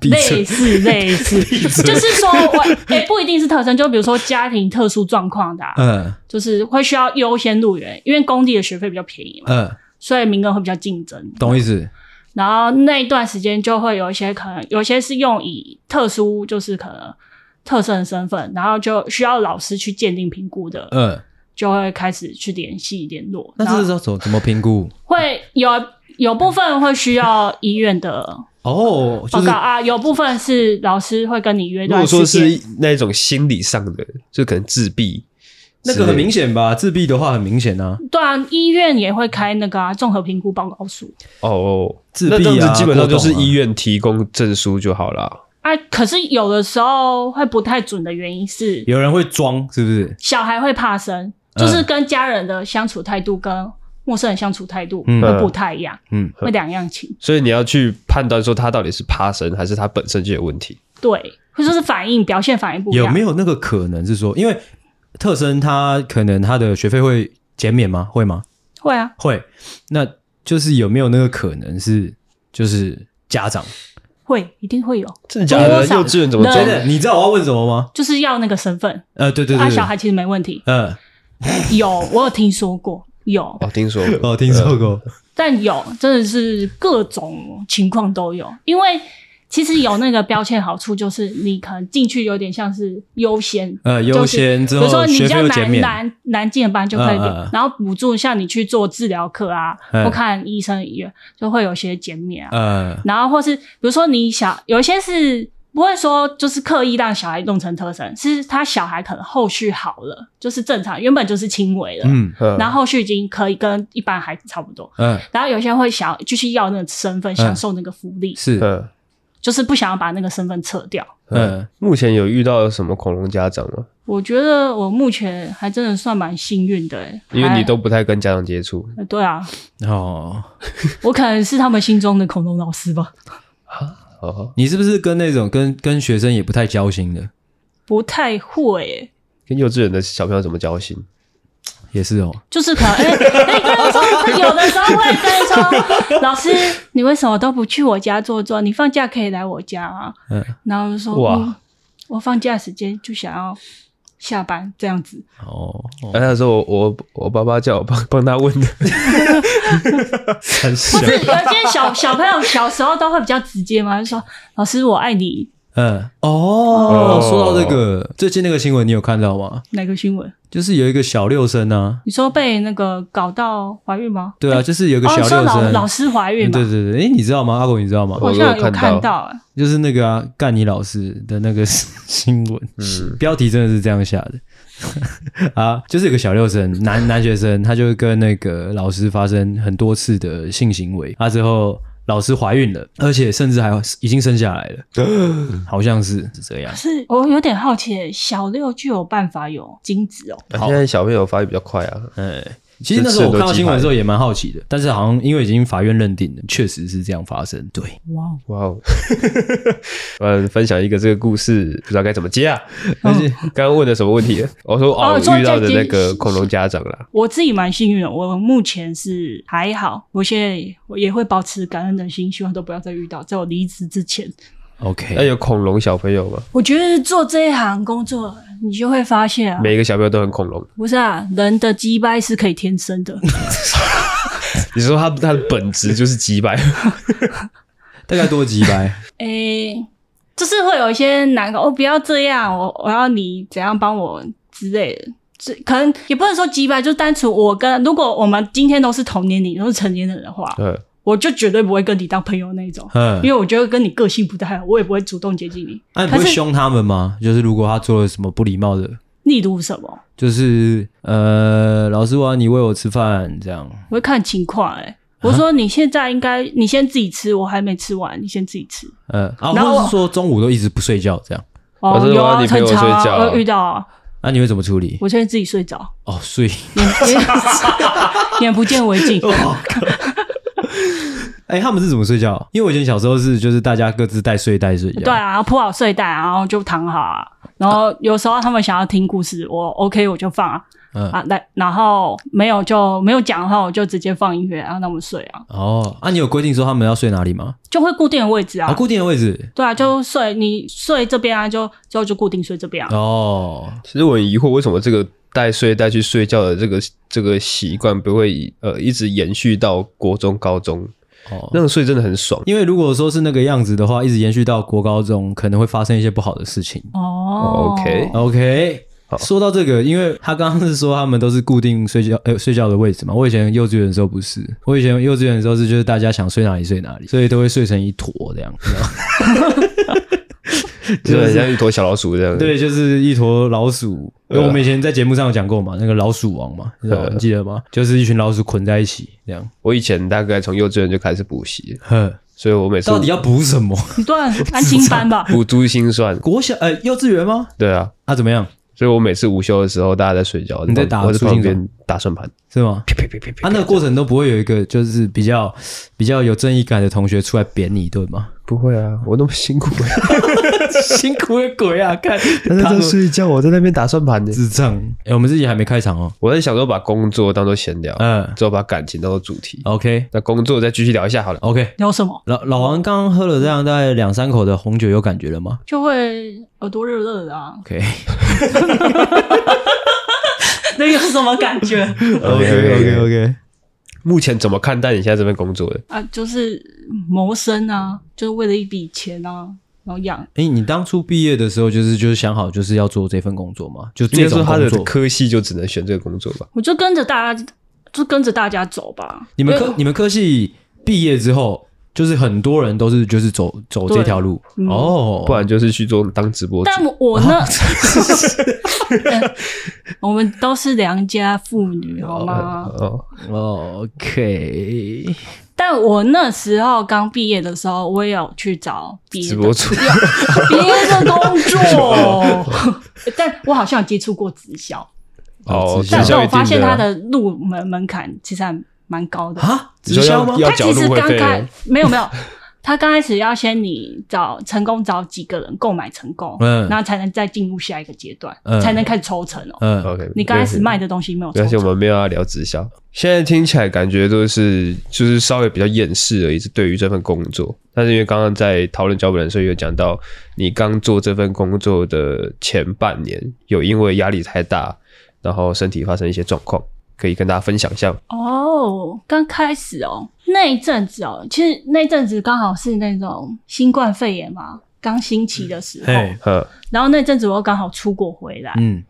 Speaker 3: 闭
Speaker 2: 类
Speaker 3: 嘴。 [laughs]
Speaker 2: 似类似，就是说我 [laughs] 哎、不一定是特生，就比如说家庭特殊状况的啊、
Speaker 3: 嗯
Speaker 2: 就是会需要优先入园，因为工地的学费比较便宜嘛，
Speaker 3: 嗯，
Speaker 2: 所以名额会比较竞争。
Speaker 3: 懂意思。
Speaker 2: 然后那一段时间就会有一些可能，有些是用以特殊，就是可能特生的身份，然后就需要老师去鉴定评估的，
Speaker 3: 嗯，
Speaker 2: 就会开始去联系联络。
Speaker 3: 那
Speaker 2: 然
Speaker 3: 这
Speaker 2: 后
Speaker 3: 是要怎么怎么评估？
Speaker 2: 会有有部分会需要医院的
Speaker 3: 哦，就
Speaker 2: 报
Speaker 3: 是
Speaker 2: 告啊，有部分是老师会跟你约
Speaker 1: 如
Speaker 2: 到
Speaker 1: 果
Speaker 2: 时
Speaker 1: 说
Speaker 2: 间，
Speaker 1: 是那种心理上的，就可能自闭之类的，
Speaker 3: 那个很明显吧？自闭的话很明显啊，
Speaker 2: 对啊，医院也会开那个啊综合评估报告书
Speaker 1: 哦哦，
Speaker 3: 自
Speaker 1: 那这
Speaker 3: 闭啊
Speaker 1: 样子基本上就是
Speaker 3: 过动啊
Speaker 1: 医院提供证书就好了。
Speaker 2: 啊。可是有的时候会不太准的原因是，
Speaker 3: 有嗯人会装，是不是？
Speaker 2: 小孩会怕生，就是跟家人的相处态度跟陌生人相处态度
Speaker 3: 嗯
Speaker 2: 会不太一样，
Speaker 3: 嗯，
Speaker 2: 会两样情。
Speaker 1: 所以你要去判断说他到底是趴神还是他本身就有问题。
Speaker 2: 对，或者是反应表现反应不一
Speaker 3: 有
Speaker 2: 样。
Speaker 3: 没有那个可能是说，因为特生他可能他的学费会减免吗？会吗？
Speaker 2: 会啊，
Speaker 3: 会，那就是有没有那个可能是就是家长？
Speaker 2: 会一定会有，
Speaker 1: 真的假的？
Speaker 2: 多少
Speaker 1: 幼稚园怎么
Speaker 2: 那
Speaker 1: 装
Speaker 3: 真？的，你知道我要问什么吗？
Speaker 2: 就是要那个身份。
Speaker 3: 呃，对对
Speaker 2: 啊，
Speaker 3: 对对
Speaker 2: 小，孩其实没问题，
Speaker 3: 嗯，
Speaker 2: 有我有听说过，有，
Speaker 1: 哦，听说过，
Speaker 3: 我听说过，
Speaker 2: 但有真的是各种情况都有，因为。其实有那个标签好处，就是你可能进去有点像是优先，
Speaker 3: 呃，优先之
Speaker 2: 比如
Speaker 3: 后
Speaker 2: 说你
Speaker 3: 学
Speaker 2: 比
Speaker 3: 费
Speaker 2: 较
Speaker 3: 又减
Speaker 2: 难
Speaker 3: 免，
Speaker 2: 难难进的班就可以领，
Speaker 3: 嗯嗯嗯
Speaker 2: 然后补助像你去做治疗课啊，
Speaker 3: 嗯
Speaker 2: 或看医生医院，就会有些减免啊。
Speaker 3: 呃，
Speaker 2: 然后或是比如说你小有一些是不会说就是刻意让小孩弄成特生，是他小孩可能后续好了，就是正常，原本就是轻微了，
Speaker 3: 嗯
Speaker 1: 嗯
Speaker 2: 然后后续已经可以跟一般孩子差不多。
Speaker 3: 嗯，
Speaker 2: 然后有些会想继续要那个身份，享受那个福利，
Speaker 3: 是，
Speaker 1: 嗯
Speaker 2: 就是不想要把那个身份撤掉。
Speaker 3: 嗯
Speaker 1: 嗯，目前有遇到什么恐龙家长吗？
Speaker 2: 我觉得我目前还真的算蛮幸运的、欸，
Speaker 1: 因为
Speaker 2: 还
Speaker 1: 你都不太跟家长接触，
Speaker 2: 呃对啊，
Speaker 3: 哦，
Speaker 2: 我可能是他们心中的恐龙老师吧，
Speaker 1: 哦，
Speaker 3: 你是不是跟那种跟跟学生也不太交心的？
Speaker 2: 不太会欸，
Speaker 1: 跟幼稚园的小朋友怎么交心？
Speaker 3: 也是哦，
Speaker 2: 就是可能 [laughs] 哎哎，跟他说有的时候会跟你说，老师你为什么都不去我家坐坐？你放假可以来我家啊。
Speaker 3: 嗯，
Speaker 2: 然后就说
Speaker 1: 哇
Speaker 2: 嗯，我放假时间就想要下班这样子，
Speaker 3: 哦，
Speaker 1: 啊那时候我我我爸爸叫我帮帮他问的，
Speaker 3: 很小
Speaker 2: [laughs]
Speaker 1: [laughs]
Speaker 2: 或，是有些小小朋友小时候都会比较直接嘛，就说老师我爱你。
Speaker 3: 嗯，哦，说到这个，最近那个新闻你有看到吗？
Speaker 2: 哪个新闻？
Speaker 3: 就是有一个小六生啊，
Speaker 2: 你说被那个搞到怀孕吗？
Speaker 3: 对啊，就是有一个
Speaker 2: 哦，
Speaker 3: 小
Speaker 2: 你说
Speaker 3: 六
Speaker 2: 老
Speaker 3: 生，
Speaker 2: 老师怀孕
Speaker 3: 嗯对
Speaker 2: 嘛？
Speaker 3: 对对，哎，你知道吗？阿狗，你知道吗？
Speaker 2: 好
Speaker 1: 我
Speaker 2: 像
Speaker 1: 有
Speaker 2: 有
Speaker 1: 看
Speaker 2: 看
Speaker 1: 到
Speaker 2: 到欸，
Speaker 3: 就是那个啊，干你老师的那个 [laughs] 新闻，
Speaker 1: 嗯
Speaker 3: 标题真的是这样下的 [laughs] 啊，就是有个小六生男男学生，他就跟那个老师发生很多次的性行为，啊他之后老师怀孕了，而且甚至还已经生下来 [gasps] 了，好像是是这样
Speaker 2: 可。是我有点好奇，欸小六就有办法有精子哦？
Speaker 1: 现在小朋友发育比较快啊，
Speaker 3: 哎，其实那时候我看到新闻的时候也蛮好奇的，但是好像因为已经法院认定了，确实是这样发生。对，
Speaker 2: 哇，
Speaker 1: 哇哦！嗯，分享一个这个故事，不知道该怎么接啊。但是刚刚问的什么问题？我说
Speaker 2: 哦
Speaker 1: 哦，
Speaker 2: 说
Speaker 1: 遇到的
Speaker 2: 这
Speaker 1: 那
Speaker 2: 件
Speaker 1: 个恐龙家长啦。
Speaker 2: 我自己蛮幸运的，我目前是还好，我现在我也会保持感恩的心，希望都不要再遇到。在我离职之前，
Speaker 3: 哎
Speaker 1: 那
Speaker 3: OK，
Speaker 1: 有恐龙小朋友吗？
Speaker 2: 我觉得做这一行工作，你就会发现啊，
Speaker 1: 每一个小朋友都很恐龙。
Speaker 2: 不是啊，人的鸡掰是可以天生的，
Speaker 1: 你说他他的本质就是几百，
Speaker 3: 大概多几 [laughs] 百，
Speaker 2: 诶、就是会有一些难搞，哦，不要这样，我我要你怎样帮我之类的。这可能也不能说鸡掰，就单纯我跟如果我们今天都是同年龄，都是成年人的话，
Speaker 1: 嗯，
Speaker 2: 我就绝对不会跟你当朋友那一种，
Speaker 3: 嗯
Speaker 2: 因为我觉得跟你个性不太好，我也不会主动接近你。
Speaker 3: 那、啊你不
Speaker 2: 可
Speaker 3: 会
Speaker 2: 是
Speaker 3: 凶他们吗？就是如果他做了什么不礼貌的，
Speaker 2: 例如什么，
Speaker 3: 就是呃，老师我要你喂我吃饭这样。
Speaker 2: 我会看情况、欸。哎，我说你现在应该你先自己吃，我还没吃完，你先自己吃。
Speaker 3: 呃，啊，
Speaker 2: 然后
Speaker 3: 或者是说中午都一直不睡觉这样，
Speaker 1: 我
Speaker 2: 哦，
Speaker 1: 说
Speaker 2: 有
Speaker 1: 我要
Speaker 2: 啊，
Speaker 1: 你陪
Speaker 2: 很
Speaker 1: 我
Speaker 2: 长
Speaker 1: 睡觉
Speaker 2: 啊，
Speaker 1: 啊
Speaker 2: 我遇到啊，
Speaker 3: 那、你会怎么处理？
Speaker 2: 我现在自己睡着，
Speaker 3: 哦，睡。
Speaker 2: [laughs] 眼眼不见为净。
Speaker 3: [laughs] 哎、他们是怎么睡觉？因为我以前小时候是就是大家各自带睡袋睡觉。
Speaker 2: 对啊，然后铺好睡袋，然后就躺好啊。然后有时候他们想要听故事，我 OK 我就放啊，
Speaker 3: 嗯
Speaker 2: 啊，那然后没有就没有讲的话，我就直接放音乐，然后让他们睡啊，
Speaker 3: 哦，啊，你有规定说他们要睡哪里吗？
Speaker 2: 就会固定的位置
Speaker 3: 啊，
Speaker 2: 啊，
Speaker 3: 固定的位置。
Speaker 2: 对啊，就睡你睡这边啊，就之后就固定睡这边啊。
Speaker 3: 哦，
Speaker 1: 其实我很疑惑，为什么这个带睡袋去睡觉的这个这个习惯不会呃一直延续到国中、高中？
Speaker 3: 哦
Speaker 1: 那种睡真的很 [laughs] 爽。
Speaker 3: 因为如果说是那个样子的话，一直延续到国高中，可能会发生一些不好的事情。
Speaker 2: 哦
Speaker 1: OK
Speaker 3: OK，
Speaker 1: 好
Speaker 3: 说到这个，因为他刚刚是说他们都是固定睡觉，呃，睡觉的位置嘛。我以前幼稚园的时候不是，我以前幼稚园的时候是就是大家想睡哪里睡哪里，所以都会睡成一坨这样。你知道吗
Speaker 1: 就是很像一坨小老鼠这样。，
Speaker 3: 对，就是一坨老鼠。因
Speaker 1: 对啊
Speaker 3: 为我们以前在节目上有讲过嘛，那个老鼠王嘛，你知道吗
Speaker 1: 对
Speaker 3: 你记得吗？就是一群老鼠捆在一起这样。
Speaker 1: 我以前大概从幼稚园就开始补习，
Speaker 3: 呵，
Speaker 1: 所以我每次，
Speaker 3: 到底要补什 [laughs] 么？
Speaker 2: 你段安心班吧
Speaker 1: [laughs] 补珠心算。
Speaker 3: 国小呃幼稚园吗？
Speaker 1: 对啊，
Speaker 3: 啊，怎么样？
Speaker 1: 所以我每次午休的时候，大家在睡觉，
Speaker 3: 你在
Speaker 1: 我
Speaker 3: 打
Speaker 1: 我在
Speaker 3: 珠心
Speaker 1: 旁
Speaker 3: 算
Speaker 1: 边打算盘，
Speaker 3: 是吗？
Speaker 1: 啪啪啪啪啪
Speaker 3: 啊，那个过程都不会有一个就是比较比较有正义感的同学出来扁你一顿吗？
Speaker 1: 不会啊，我那么辛 [laughs] 苦，
Speaker 3: [laughs] 辛苦的鬼啊！ [laughs] 看，
Speaker 1: 他在睡觉，我在那边打算盘呢。
Speaker 3: 智障。哎、我们自己还没开场哦。
Speaker 1: 我在想说把工作当做闲聊，
Speaker 3: 嗯
Speaker 1: 之后把感情当做主题。
Speaker 3: ，OK
Speaker 1: 那工作再继续聊一下好了。
Speaker 3: OK。
Speaker 2: 聊什么？
Speaker 3: 老老王刚刚喝了这样大概两三口的红酒，有感觉了吗，
Speaker 2: 就会耳朵热热的啊
Speaker 3: OK
Speaker 2: 那有什么感觉 [laughs]
Speaker 1: OK，OK，OK
Speaker 3: OK。
Speaker 1: 目前怎么看待你现在这份工作的？
Speaker 2: 啊？就是谋生啊，就是为了一笔钱啊，然后养。
Speaker 3: 哎、你当初毕业的时候，就是就是想好就是要做这份工作吗？就
Speaker 1: 应
Speaker 3: 这
Speaker 1: 该说
Speaker 3: 种
Speaker 1: 他的
Speaker 3: 工作。
Speaker 1: 科系就只能选这个工作吧。
Speaker 2: 我就跟着大家，就跟着大家走吧。
Speaker 3: 你们
Speaker 2: 因为
Speaker 3: 科你们科系毕业之后，就是很多人都是就是走走这
Speaker 2: 对
Speaker 3: 条路、
Speaker 2: 嗯
Speaker 3: 哦。
Speaker 1: 不然就是去做当直播主。
Speaker 2: 但我我呢，
Speaker 1: [laughs]
Speaker 2: 我们都是良家妇女，好吗？
Speaker 1: 哦，
Speaker 3: OK，
Speaker 2: 但我那时候刚毕业的时候，我也有去找别
Speaker 1: 直
Speaker 2: 的
Speaker 1: 播主
Speaker 2: 别的工作，但我好像有接触过直销，
Speaker 1: [laughs] 哦，
Speaker 3: 直
Speaker 2: 但
Speaker 3: 销
Speaker 2: 是
Speaker 1: 销
Speaker 2: 我
Speaker 1: 一
Speaker 2: 发现
Speaker 1: 定的
Speaker 2: 它
Speaker 1: 啊
Speaker 2: 的入门门槛其实还蛮高的。
Speaker 3: 啊，
Speaker 1: 你说
Speaker 3: 直销吗？
Speaker 1: 要
Speaker 2: 他
Speaker 1: 缴
Speaker 2: 其
Speaker 1: 入
Speaker 2: 实
Speaker 1: 会
Speaker 2: 刚
Speaker 1: 费
Speaker 2: 开
Speaker 1: 的，
Speaker 2: 没有没有，他刚开始要先你找成功找几个人购买成功，
Speaker 3: 嗯
Speaker 2: 然后才能再进入下一个阶段，
Speaker 3: 嗯
Speaker 2: 才能开始抽成哦。
Speaker 3: 嗯，
Speaker 1: OK，
Speaker 2: 你刚开始卖的东西没有
Speaker 1: 没关系，没关系，
Speaker 2: 抽
Speaker 1: 我
Speaker 2: 成，
Speaker 1: 们没有要聊直销。现在听起来感觉都是就是稍微比较厌世而已，是对于这份工作。但是因为刚刚在讨论脚本的时候有讲到，你刚做这份工作的前半年，有因为压力太大，然后身体发生一些状况，可以跟大家分享一下吗。
Speaker 2: 哦，刚开始哦，那一阵子哦，其实那一阵子刚好是那种新冠肺炎嘛，刚兴起的时候，
Speaker 3: 嘿，
Speaker 1: 嗯，
Speaker 2: 然后那阵子我又刚好出国回来，
Speaker 3: 嗯，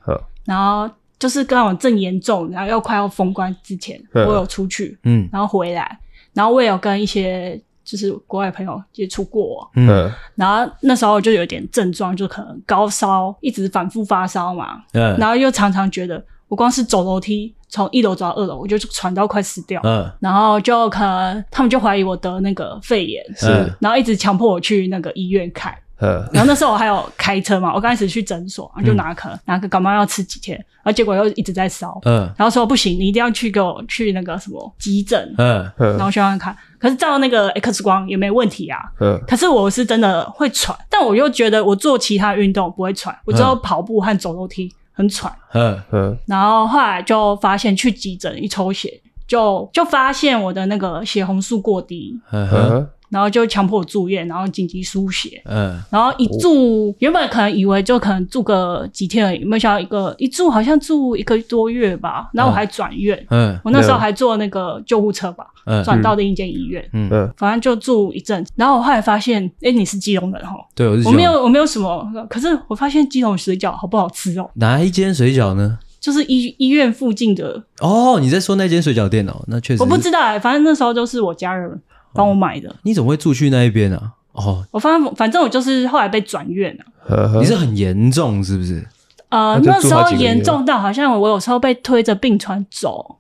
Speaker 2: 然后就是刚好正严重，然后又快要封关之前，我
Speaker 1: 嗯
Speaker 2: 有出去，
Speaker 3: 嗯
Speaker 2: 然后回来，然后我也有跟一些就是国外朋友接触过，
Speaker 3: 嗯
Speaker 1: 嗯
Speaker 2: 然后那时候就有点症状，就可能高烧，一直反复发烧嘛，
Speaker 3: 嗯
Speaker 2: 然后又常常觉得我光是走楼梯从一楼走到二楼，我就喘到快死掉，
Speaker 3: 嗯，
Speaker 2: 然后就可能他们就怀疑我得那个肺炎，
Speaker 1: 是
Speaker 3: 嗯
Speaker 2: 然后一直强迫我去那个医院看。
Speaker 1: 嗯，
Speaker 2: 然后那时候我还有开车嘛，我刚开始去诊所，然后就拿可、拿个感冒药吃几天，然后结果又一直在烧，
Speaker 3: 嗯
Speaker 2: 然后说不行，你一定要去给我去那个什么急诊，
Speaker 3: 嗯
Speaker 2: 然
Speaker 1: 嗯
Speaker 2: 后去看看。可是照那个 X 光也没问题啊。
Speaker 1: 嗯，
Speaker 2: 可是我是真的会喘，但我又觉得我做其他运动不会喘，我只有
Speaker 3: 嗯
Speaker 2: 跑步和走楼梯很喘。
Speaker 3: 嗯
Speaker 1: 嗯，
Speaker 2: 然后后来就发现去急诊一抽血，就就发现我的那个血红素过低，
Speaker 3: 嗯
Speaker 1: 嗯，
Speaker 2: 然后就强迫我住院，然后紧急输血。
Speaker 3: 嗯，
Speaker 2: 然后一
Speaker 3: 哦
Speaker 2: 住，原本可能以为就可能住个几天而已，没想到一个一住好像住一个多月吧。然后我还转院，
Speaker 3: 嗯
Speaker 2: 我那时候还坐那个救护车吧，
Speaker 3: 嗯
Speaker 2: 转到另一间医院，
Speaker 3: 嗯
Speaker 1: 嗯
Speaker 2: 反正就住一阵子。然后我后来发现，哎、你是基隆人哦，
Speaker 3: 对，我是
Speaker 2: 我没有我没有什么，可是我发现基隆水饺好不好吃哦，
Speaker 3: 哪一间水饺呢？
Speaker 2: 就是医医院附近的，
Speaker 3: 哦，你在说那间水饺店哦？那确实，
Speaker 2: 我不，知道、哎，反正那时候就是我家人帮我买的。
Speaker 3: 你怎么会住去那一边啊？哦，
Speaker 2: 我发现，反正我就是后来被转院了。
Speaker 1: 嗯
Speaker 3: 你是很严重是不是？
Speaker 2: 呃，
Speaker 1: 那
Speaker 2: 那
Speaker 1: 就
Speaker 2: 时
Speaker 1: 住好
Speaker 2: 候
Speaker 1: 几个月
Speaker 2: 严重到好像我有时候被推着病床走，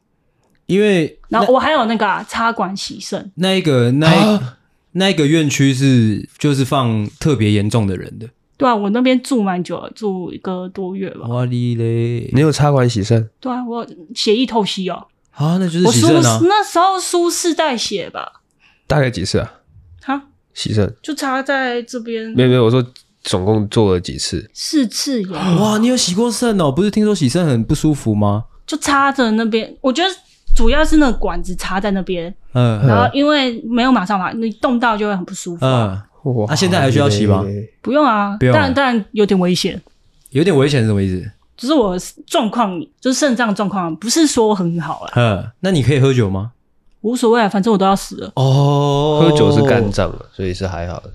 Speaker 3: 因为
Speaker 2: 然后我还有那个、啊、插管洗肾，
Speaker 3: 那一个那
Speaker 2: 啊
Speaker 3: 那一个院区是就是放特别严重的人的，
Speaker 2: 对啊，我那边住蛮久了，住一个多月吧。
Speaker 3: 哇哩嘞
Speaker 1: 你有插管洗肾？
Speaker 2: 对啊，我血液透析哦，
Speaker 3: 啊，那就是
Speaker 2: 我
Speaker 3: 洗
Speaker 2: 输
Speaker 3: 肾啊，
Speaker 2: 那时候输四代血吧，
Speaker 1: 大概几次啊？
Speaker 2: 哈，
Speaker 1: 洗肾？
Speaker 2: 就插在这边
Speaker 1: 没有没有，我说总共做了几次？
Speaker 2: 四次耶，
Speaker 3: 哇，你有洗过肾哦？不是听说洗肾很不舒服吗？
Speaker 2: 就插着那边。我觉得主要是那个管子插在那边，
Speaker 3: 嗯
Speaker 2: 然后因为没有马上嘛，你动到就会很不舒服。
Speaker 3: 嗯，
Speaker 1: 哇
Speaker 3: 那现在还需要洗吗
Speaker 2: 不用啊，
Speaker 3: 不用啊
Speaker 2: 但但有点危险。
Speaker 3: 有点危险是什么意思？
Speaker 2: 只是我状况，就是肾脏状况，不是说很好啦，
Speaker 3: 嗯，那你可以喝酒吗？
Speaker 2: 无所谓啊，反正我都要死了。[laughs]
Speaker 3: 哦
Speaker 1: 喝酒是肝脏啊，所以是还好的。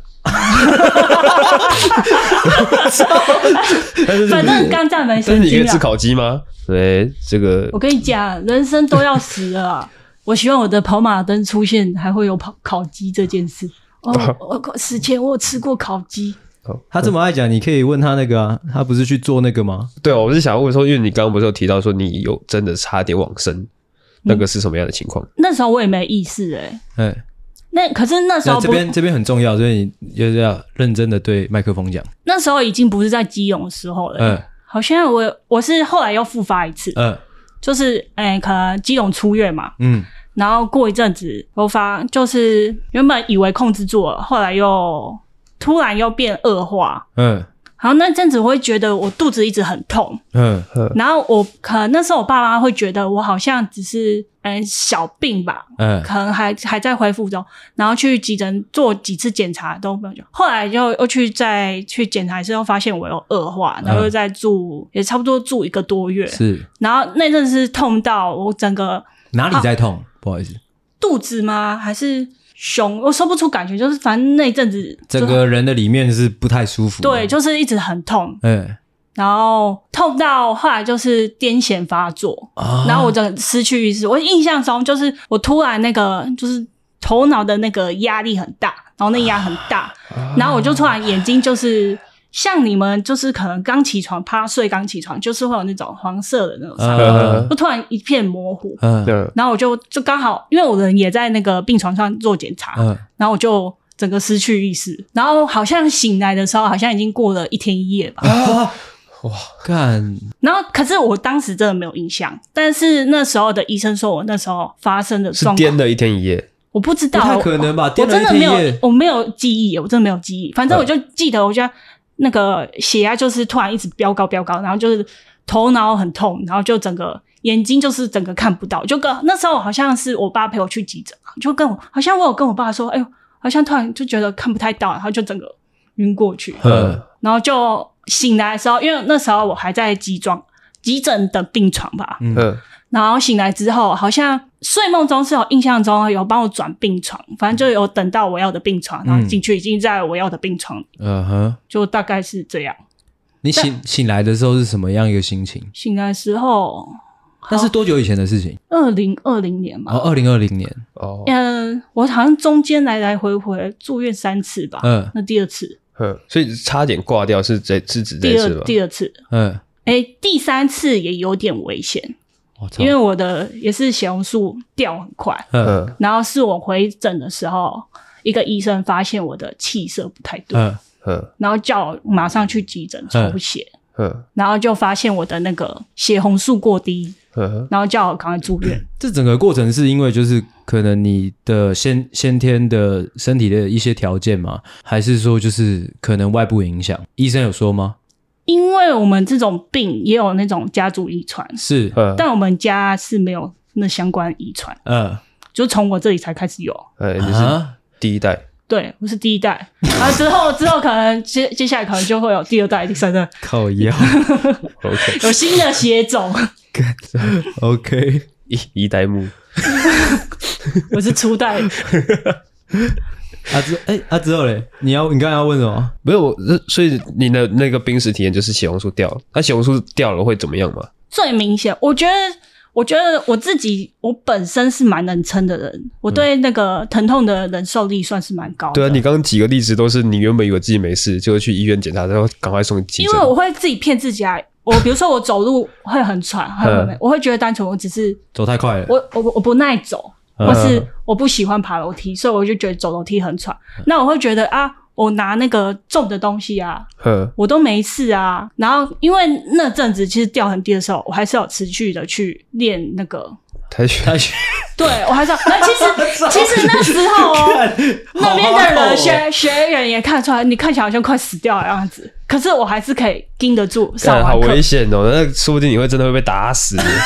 Speaker 3: 但是
Speaker 2: 反正刚站门
Speaker 1: 但是
Speaker 2: 神
Speaker 1: 你可
Speaker 2: 经
Speaker 1: 以吃
Speaker 2: 啊！
Speaker 1: 烤鸡吗？对，这个
Speaker 2: 我跟你讲，人生都要死了啊！我希望我的跑马灯出现，还会有跑烤鸡这件事。哦，我死前我有吃过烤鸡，
Speaker 3: 他这么爱讲，你可以问他那个啊，他不是去做那个吗？
Speaker 1: 对啊，我是想问说，因为你刚刚不是有提到说你有真的差点往
Speaker 2: 嗯
Speaker 1: 生，那个是什么样的情况？
Speaker 2: 那时候我也没意识哎、 [laughs]
Speaker 3: 哎，
Speaker 2: 那可是那时
Speaker 3: 那
Speaker 2: 候
Speaker 3: 这
Speaker 2: 不，
Speaker 3: 边这边很重要，所以你就是要认真的对麦克风讲。
Speaker 2: 那时候已经不是在基隆的时候了、
Speaker 3: 嗯
Speaker 2: 好像我我是后来又复发一次，
Speaker 3: 嗯
Speaker 2: 就是哎、可能基隆出院嘛，
Speaker 3: 嗯，
Speaker 2: 然后过一阵子我发，就是原本以为控制住了，后来又突然又变恶化。
Speaker 3: 嗯
Speaker 2: 然后那阵子我会觉得我肚子一直很痛，
Speaker 3: 嗯
Speaker 2: 然后我可能那时候我爸妈会觉得我好像只是嗯小病吧，
Speaker 3: 嗯
Speaker 2: 可能还还在恢复中，然后去急诊做几次检查都没有用，后来就又去再去检查一次，又发现我有恶化，然后又再住、也差不多住一个多月，
Speaker 3: 嗯是
Speaker 2: 然后那阵是痛到我整个
Speaker 3: 哪里在
Speaker 2: 啊
Speaker 3: 痛？不好意思，
Speaker 2: 肚子吗？还是胸？我说不出感觉，就是反正那阵子
Speaker 3: 整个人的里面是不太舒服的。啊
Speaker 2: 对，就是一直很痛，
Speaker 3: 嗯
Speaker 2: 然后痛到后来就是癫痫发作，
Speaker 3: 啊
Speaker 2: 然后我整个失去意识。我印象中就是我突然那个就是头脑的那个压力很大，然后那压很大，
Speaker 3: 啊
Speaker 2: 然后我就突然眼睛就是。像你们就是可能刚起床趴睡，刚起床就是会有那种黄色的那种伤，
Speaker 3: 嗯
Speaker 2: 就突然一片模糊，
Speaker 3: 嗯
Speaker 1: 嗯，
Speaker 2: 然后我就就刚好，因为我人也在那个病床上做检查，
Speaker 3: 嗯
Speaker 2: 然后我就整个失去意识，然后好像醒来的时候，好像已经过了一天一夜吧。
Speaker 3: 啊哇，干
Speaker 2: 然后可是我当时真的没有印象，但是那时候的医生说我那时候发生的
Speaker 1: 是
Speaker 2: 状
Speaker 1: 颠
Speaker 2: 况，
Speaker 1: 的一天一夜，
Speaker 2: 我不知道，
Speaker 3: 不太可能吧
Speaker 2: 我
Speaker 3: 颠
Speaker 2: 我
Speaker 3: 了
Speaker 2: 真的
Speaker 3: 一天一
Speaker 2: 没
Speaker 3: 夜
Speaker 2: 有，我没有记忆，我真的没有记忆。反正我就记得，我觉得那个血压就是突然一直飙高飙高，然后就是头脑很痛，然后就整个眼睛就是整个看不到，就跟那时候好像是我爸陪我去急诊，就跟我好像我有跟我爸说，哎呦，好像突然就觉得看不太到，然后就整个晕过去，
Speaker 3: 嗯
Speaker 2: 然后就醒来的时候，因为那时候我还在急装急诊的病床吧，
Speaker 3: 嗯
Speaker 1: 嗯
Speaker 2: 然后醒来之后，好像睡梦中是有印象中有帮我转病床，反正就有等到我要的病床，然后进去已经在我要的病床，
Speaker 3: 嗯哼，
Speaker 2: 就大概是这样。
Speaker 3: 你醒醒来的时候是什么样一个心情？
Speaker 2: 醒来时候，哦
Speaker 3: 那是多久以前的事情？
Speaker 2: 二零二零年
Speaker 3: 哦，
Speaker 2: 吧，
Speaker 3: 二零二零年。
Speaker 1: 哦
Speaker 2: 嗯，我好像中间来来回回住院三次吧，
Speaker 3: 嗯
Speaker 2: 那第二次，
Speaker 1: 嗯，所以差点挂掉是这是指这
Speaker 2: 第
Speaker 1: 件事
Speaker 2: 二
Speaker 1: 吗？
Speaker 2: 第二次，
Speaker 3: 嗯，
Speaker 2: 哎，第三次也有点危险，
Speaker 3: 我操
Speaker 2: 因为我的也是血红素掉很快，
Speaker 3: 嗯
Speaker 1: 嗯
Speaker 2: 然后是我回诊的时候，一个医生发现我的气色不太对。
Speaker 3: 嗯
Speaker 1: 嗯
Speaker 2: 然后叫我马上去急诊抽血，
Speaker 1: 嗯
Speaker 2: 然后就发现我的那个血红素过低，
Speaker 1: 嗯
Speaker 2: 然后叫我赶快住院。
Speaker 3: 这整个过程是因为就是可能你的先先天的身体的一些条件吗？还是说就是可能外部影响？医生有说吗？
Speaker 2: 因为我们这种病也有那种家族遗传，
Speaker 3: 是，
Speaker 1: 嗯，
Speaker 2: 但我们家是没有那相关遗传，
Speaker 3: 嗯，
Speaker 2: 就从我这里才开始有。
Speaker 1: 哎，你是
Speaker 3: 啊，
Speaker 1: 第一代，
Speaker 2: 对，我是第一代， [laughs] 然后之后之后可能接接下来可能就会有第二代、第三代，
Speaker 3: 靠腰
Speaker 2: [laughs]
Speaker 1: OK，
Speaker 2: 有新的血种。
Speaker 3: [laughs]
Speaker 2: [laughs]
Speaker 3: ，OK，
Speaker 1: 一一代目，
Speaker 2: 我是初代，
Speaker 3: 啊之哎啊之后嘞，你要你刚才要问什么？
Speaker 1: 没有，我所以你的那个濒死体验就是血红素掉了，那血红素掉了会怎么样吗？
Speaker 2: 最明显，我觉得，我觉得我自己，我本身是蛮能撑的人，我对那个疼痛的忍受力算是蛮高的。
Speaker 1: 嗯对啊，你刚刚几个例子都是你原本以为自己没事，结果去医院检查，然后赶快送急
Speaker 2: 因
Speaker 1: 诊
Speaker 2: 为。我会自己骗自己啊。我比如说我走路会很喘，很
Speaker 1: 嗯
Speaker 2: 我会觉得单纯我只是
Speaker 3: 走太快了，
Speaker 2: 我我我不耐走，
Speaker 3: 嗯
Speaker 2: 或是我不喜欢爬楼梯，所以我就觉得走楼梯很喘。
Speaker 1: 嗯
Speaker 2: 那我会觉得啊，我拿那个重的东西啊，
Speaker 1: 嗯
Speaker 2: 我都没事啊。然后因为那阵子其实掉很低的时候，我还是有持续的去练那个
Speaker 1: 太血
Speaker 3: [laughs] 太悬，
Speaker 2: 对，我还是要那其
Speaker 3: [laughs]
Speaker 2: 实其实那时候
Speaker 3: 哎
Speaker 2: 哦，那边的人学学员也看出来，你看起来好像快死掉的样子，可是我还是可以盯得住上
Speaker 1: 干好
Speaker 2: 完课。
Speaker 1: 危险哦！那说不定你会真的会被打死。 [laughs]
Speaker 2: 但是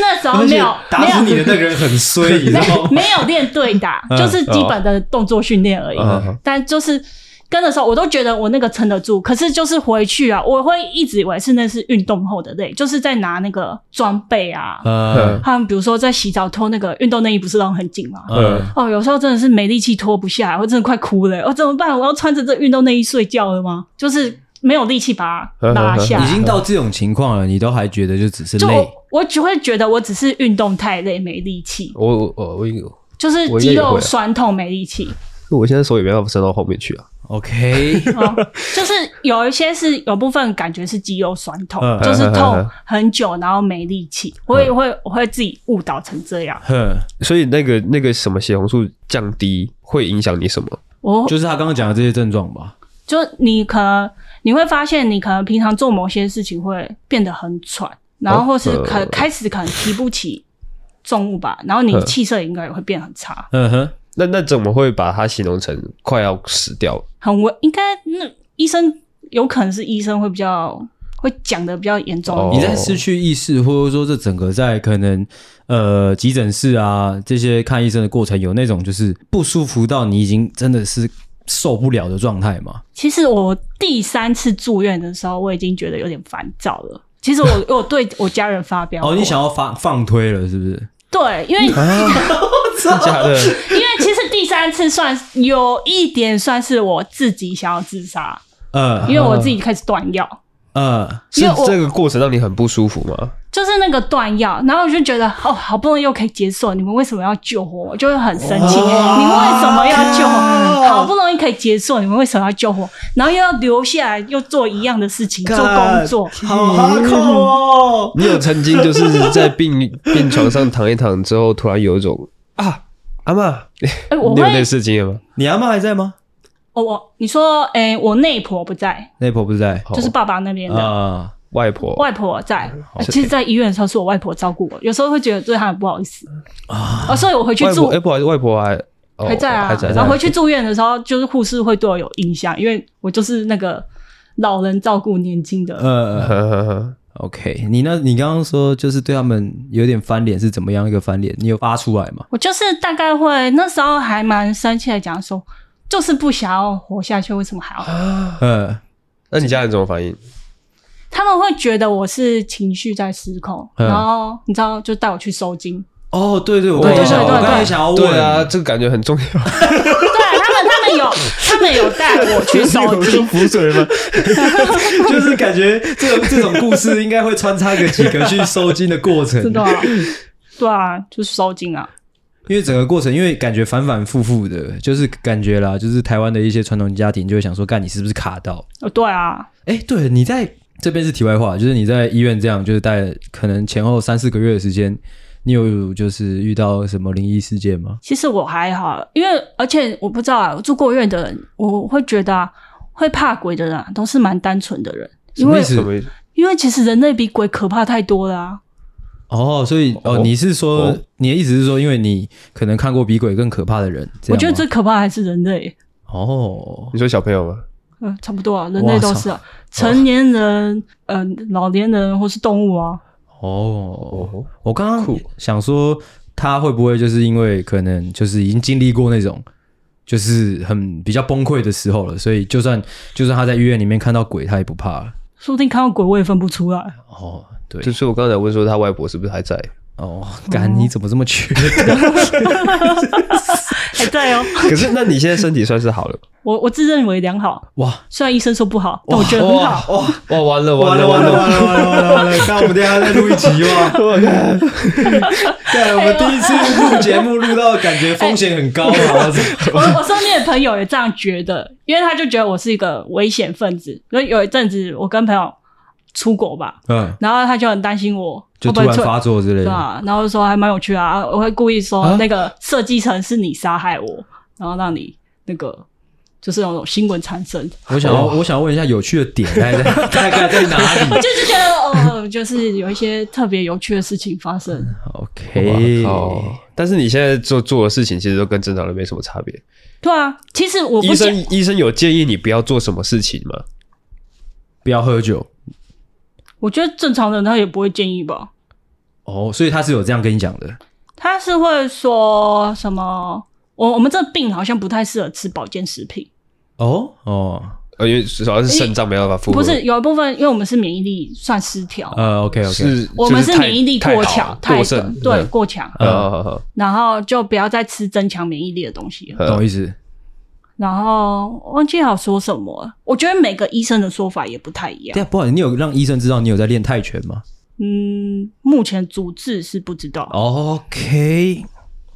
Speaker 2: 那时候哦没有
Speaker 3: 打死你的那个人很衰，你
Speaker 2: [laughs]
Speaker 3: 知
Speaker 2: 没有
Speaker 3: 道吗？
Speaker 2: 没有练对打，
Speaker 3: 嗯
Speaker 2: 就是基本的动作训练而已
Speaker 1: 嗯。
Speaker 2: 但就是跟的时候，我都觉得我那个撑得住，可是就是回去啊，我会一直以为是那是运动后的累，就是在拿那个装备啊，
Speaker 3: 呃
Speaker 2: 他们比如说在洗澡脱那个运动内衣，不是让很紧吗？
Speaker 3: 呃，
Speaker 2: 哦，有时候真的是没力气脱不下来，我真的快哭了。我、哦怎么办？我要穿着这运动内衣睡觉了吗？就是没有力气把它拉下来。
Speaker 3: 已经到这种情况了，你都还觉得就只是
Speaker 2: 就
Speaker 3: 累，
Speaker 2: 我我只会觉得我只是运动太累没力气，
Speaker 1: 我我我我应该，
Speaker 2: 就是
Speaker 1: 我应该
Speaker 2: 肌
Speaker 1: 也会
Speaker 2: 肉
Speaker 1: 啊
Speaker 2: 酸痛没力
Speaker 1: [laughs]
Speaker 2: 气。
Speaker 1: 我现在手也没办法伸到后面去啊。
Speaker 3: OK， [laughs]
Speaker 2: 哦，就是有一些是有部分感觉是肌肉酸痛
Speaker 3: 嗯，
Speaker 2: 就是
Speaker 1: 嗯嗯
Speaker 2: 痛
Speaker 1: 嗯
Speaker 2: 很久，然后没力气。我也会我会自己误导成这样。
Speaker 3: 哼，
Speaker 1: 所以那个那个什么血红素降低会影响你什么？
Speaker 2: 我
Speaker 3: 就是他刚刚讲的这些症状吧。
Speaker 2: 就你可能你会发现，你可能平常做某些事情会变得很喘，然后或是可、
Speaker 1: 呃
Speaker 2: 开始可能提不起重物吧，然后你气色也应该也会变很差，
Speaker 3: 嗯哼，
Speaker 1: 那那怎么会把它形容成快要死掉？
Speaker 2: 很危。应该那医生有可能是医生会比较会讲的比较严重一
Speaker 1: 哦
Speaker 3: 你
Speaker 2: 点。
Speaker 3: 在失去意识，或者说这整个在可能呃急诊室啊这些看医生的过程，有那种就是不舒服到你已经真的是受不了的状态吗？
Speaker 2: 其实我第三次住院的时候，我已经觉得有点烦躁了。其实我 [laughs] 我对我家人发飙过，
Speaker 3: 哦，你想要放放推了是不是？
Speaker 2: 对，因为
Speaker 1: 啊真的假的？
Speaker 2: [laughs] 因为其实第三次算有一点算是我自己想要自杀，
Speaker 3: 呃
Speaker 2: 因为我自己开始断药，
Speaker 3: 呃，
Speaker 1: 是
Speaker 2: 因为我
Speaker 1: 这个过程让你很不舒服吗？
Speaker 2: 就是那个断药，然后我就觉得哦，好不容易又可以解锁，你们为什么要救我？我就会很生气，你们为什么要救我？好不容易可以解锁，你们为什么要救我？然后又要留下来，又做一样的事情，做工作。
Speaker 3: 好哈扣哦。
Speaker 1: [laughs] 你有曾经就是在病 [laughs] 病床上躺一躺之后，突然有一种啊阿妈，
Speaker 2: 哎，我
Speaker 1: 你有
Speaker 2: 会，
Speaker 1: 类似经验吗？
Speaker 3: 你阿妈还在吗？
Speaker 2: 哦我你说，哎，我内婆不在，
Speaker 3: 那婆不在
Speaker 2: 就是爸爸那边的。
Speaker 3: 啊，
Speaker 1: 外婆，
Speaker 2: 外婆在，呃其实，在医院的时候是我外婆照顾我，有时候会觉得对她很不好意思啊、哦所以我回去
Speaker 1: 外
Speaker 2: 住
Speaker 1: 婆，哎，不好意思，外婆还哦
Speaker 2: 还在啊，
Speaker 1: 还在，
Speaker 2: 然后回去住院的时候，就是护士会对我有印象，因为我就是那个老人照顾年轻
Speaker 1: 嗯
Speaker 2: 的。
Speaker 3: 呃
Speaker 1: 呵呵呵
Speaker 3: ，OK，你那，你刚刚说就是对他们有点翻脸是怎么样一个翻脸？你有发出来吗？
Speaker 2: 我就是大概会那时候还蛮生气的，讲说就是不想要活下去，为什么还
Speaker 1: 啊
Speaker 2: 要？
Speaker 3: 呃
Speaker 1: [laughs] 那你家人怎么反应？
Speaker 2: 他们会觉得我是情绪在失控，
Speaker 3: 嗯
Speaker 2: 然后你知道就带我去收金，
Speaker 3: 哦，对对，我
Speaker 1: 对
Speaker 3: 刚才
Speaker 1: 对
Speaker 3: 想，
Speaker 2: 对
Speaker 3: 我刚才
Speaker 2: 对
Speaker 3: 想要问，
Speaker 1: 对啊，，这个感觉很重要。
Speaker 2: 对他们
Speaker 1: [laughs]
Speaker 2: 他们有他们 [laughs] 有带我去收金，
Speaker 3: 浮水吗？就是感觉这种这种故事应该会穿插个几个去收金的过
Speaker 2: [laughs]
Speaker 3: 程，
Speaker 2: 真的、啊，对啊，就是收金啊。
Speaker 3: 因为整个过程，因为感觉反反复复的，就是感觉啦，就是台湾的一些传统家庭就会想说，干你是不是卡到？
Speaker 2: 哦，对啊，
Speaker 3: 哎，对了，你在这边是题外话，就是你在医院这样，就是待了可能前后三四个月的时间，你有就是遇到什么灵异事件吗？
Speaker 2: 其实我还好，因为而且我不知道啊，住过院的人，我会觉得、啊、会怕鬼的人、啊、都是蛮单纯的人，因为
Speaker 3: 什么意思
Speaker 1: 什么意思？
Speaker 2: 因为其实人类比鬼可怕太多了啊。
Speaker 3: 哦，所以哦，
Speaker 1: 哦
Speaker 3: 你是说、
Speaker 1: 哦
Speaker 3: 你的意思是说，因为你可能看过比鬼更可怕的人，这
Speaker 2: 我
Speaker 3: 样吗
Speaker 2: 觉得最可怕还是人
Speaker 3: [laughs]
Speaker 2: 类，
Speaker 3: 哦，
Speaker 1: 你说小朋友吗？
Speaker 2: 嗯，差不多啊，人类都是啊，成年人，嗯、老年人或是动物啊，
Speaker 3: 哦
Speaker 1: 哦，
Speaker 3: 我刚刚
Speaker 1: 酷
Speaker 3: 想说，他会不会就是因为可能就是已经经历过那种就是很比较崩溃的时候了，所以就算就算他在医院里面看到鬼，他也不怕了。
Speaker 2: 说不定看到鬼我也分不
Speaker 3: [laughs]
Speaker 2: 出来。
Speaker 3: 哦，对，
Speaker 1: 就是我刚才问说他外婆是不是还在？
Speaker 3: 哦，干，你怎么这么缺？哎
Speaker 2: 还在哦，
Speaker 1: 可是那你现在身体算是好了？
Speaker 2: 我我自认为良好，
Speaker 3: 哇，
Speaker 2: 虽然医生说不好，但我觉得很好。
Speaker 3: 哇，
Speaker 1: 哇，完了
Speaker 3: 完
Speaker 1: 了
Speaker 3: 了
Speaker 1: 完
Speaker 3: 完了完了完了完了完了！那我们等一下再录一集哇！我看，对，我们第一次录节目录到感觉风险很高啊！
Speaker 2: 我我身边的朋友也这样觉得，因为他就觉得我是一个危险分子。所以有一阵子我跟朋友出国吧，
Speaker 3: 嗯，
Speaker 2: 然后他就很担心我
Speaker 3: 就
Speaker 2: 会不
Speaker 3: 突
Speaker 2: 会
Speaker 3: 然
Speaker 2: 出
Speaker 3: 发作之类
Speaker 2: 对
Speaker 3: 的。
Speaker 2: 啊，然后就说还蛮有趣啊，我会故意
Speaker 3: 啊
Speaker 2: 说那个设计成是你杀害我，然后让你那个就是那种新闻产生，
Speaker 3: [laughs] 我想要，我想问一下有趣的点大概在 [laughs] 大概在哪里？
Speaker 2: 我就是觉得哦，就是有一些特别有趣的事情发生。
Speaker 3: OK，
Speaker 1: 哦，但是你现在做做的事情其实都跟正常人没什么差别。
Speaker 2: 对啊，其实我不
Speaker 1: 医
Speaker 2: 想
Speaker 1: 生医生有建议你不要做什么事情吗？
Speaker 3: 不要喝酒
Speaker 2: 我觉得正常人他也不会建议吧。
Speaker 3: 哦，所以他是有这样跟你讲的
Speaker 2: 他是会说什么？我我们这病好像不太适合吃保健食品，
Speaker 3: 哦哦，
Speaker 1: 呃，因为主要是肾脏没办法负荷，
Speaker 2: 哎不是有一部分，因为我们是免疫力算失调，
Speaker 3: 呃，OK OK，
Speaker 1: 是
Speaker 2: 我们
Speaker 1: 就是是太
Speaker 2: 免疫力
Speaker 1: 太
Speaker 2: 过
Speaker 1: 好
Speaker 2: 强，太
Speaker 1: 过剩，
Speaker 2: 对
Speaker 1: 嗯
Speaker 2: 过强，
Speaker 1: 呃好好好
Speaker 2: 然后就不要再吃增强免疫力的东西了。
Speaker 3: 懂意思。
Speaker 2: 然后忘记好说什么了，我觉得每个医生的说法也不太一样。
Speaker 3: 对啊，不好意思，你有让医生知道你有在练泰拳吗
Speaker 2: 嗯，目前主治是不知道，
Speaker 3: ？OK，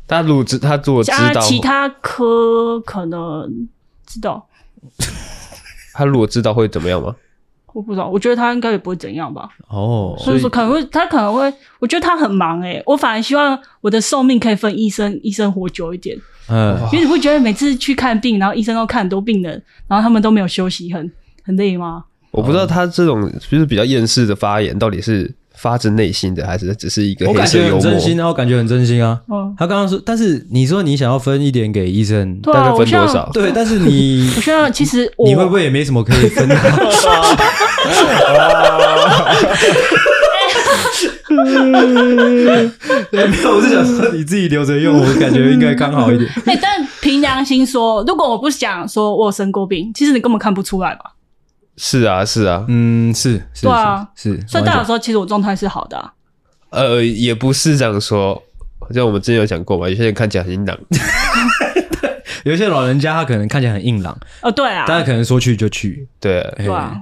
Speaker 1: 他如果知他如果哦知
Speaker 2: 加
Speaker 1: 道，
Speaker 2: 其他科可能知道，
Speaker 1: 他如果知道会怎么样吗？
Speaker 2: 我不知道。我觉得他应该也不会怎样吧。
Speaker 3: 哦，
Speaker 2: 所以说可能会，他可能会，我觉得他很忙诶、我反而希望我的寿命可以分医生，医生活久一点。
Speaker 3: 嗯，
Speaker 2: 因为你不觉得每次去看病，然后医生都看很多病人，然后他们都没有休息，很很累吗？
Speaker 1: 我不知道他这种就是比较厌世的发言，到底是发自内心的，还是只是一个
Speaker 3: 我
Speaker 1: 黑
Speaker 3: 感
Speaker 1: 色
Speaker 3: 觉
Speaker 1: 幽
Speaker 3: 很真
Speaker 1: 默？
Speaker 3: 心啊，我感觉很真心啊。
Speaker 2: 嗯，
Speaker 3: 他刚刚说，但是你说你想要分一点给医生，
Speaker 2: 对
Speaker 1: 大
Speaker 2: 啊，
Speaker 1: 概
Speaker 2: 我
Speaker 1: 分
Speaker 2: 希望
Speaker 1: 多少？
Speaker 3: 对，但是你
Speaker 2: [laughs] 我希望其实我
Speaker 3: 你会不
Speaker 2: [laughs]
Speaker 3: 会也没什么可以 [laughs] 分的？哎对，没有，我是想说你自己留着用，我感觉应该刚好一点。
Speaker 2: 哎、但凭良心说，如果我不想说我有生过病，其实你根本看不出来嘛。
Speaker 1: 是啊，是啊，
Speaker 3: 嗯，是，是
Speaker 2: 对啊
Speaker 3: 是，是
Speaker 2: 所以代表说，其实我状态是好的啊、
Speaker 1: 呃，也不是这样说。好像我们之前有讲过嘛，有些人看起来很硬朗，
Speaker 3: 有一些老人家他可能看起来很硬朗，
Speaker 2: 呃，对啊，
Speaker 3: 但他可能说去就去。
Speaker 1: 对，
Speaker 2: 对啊。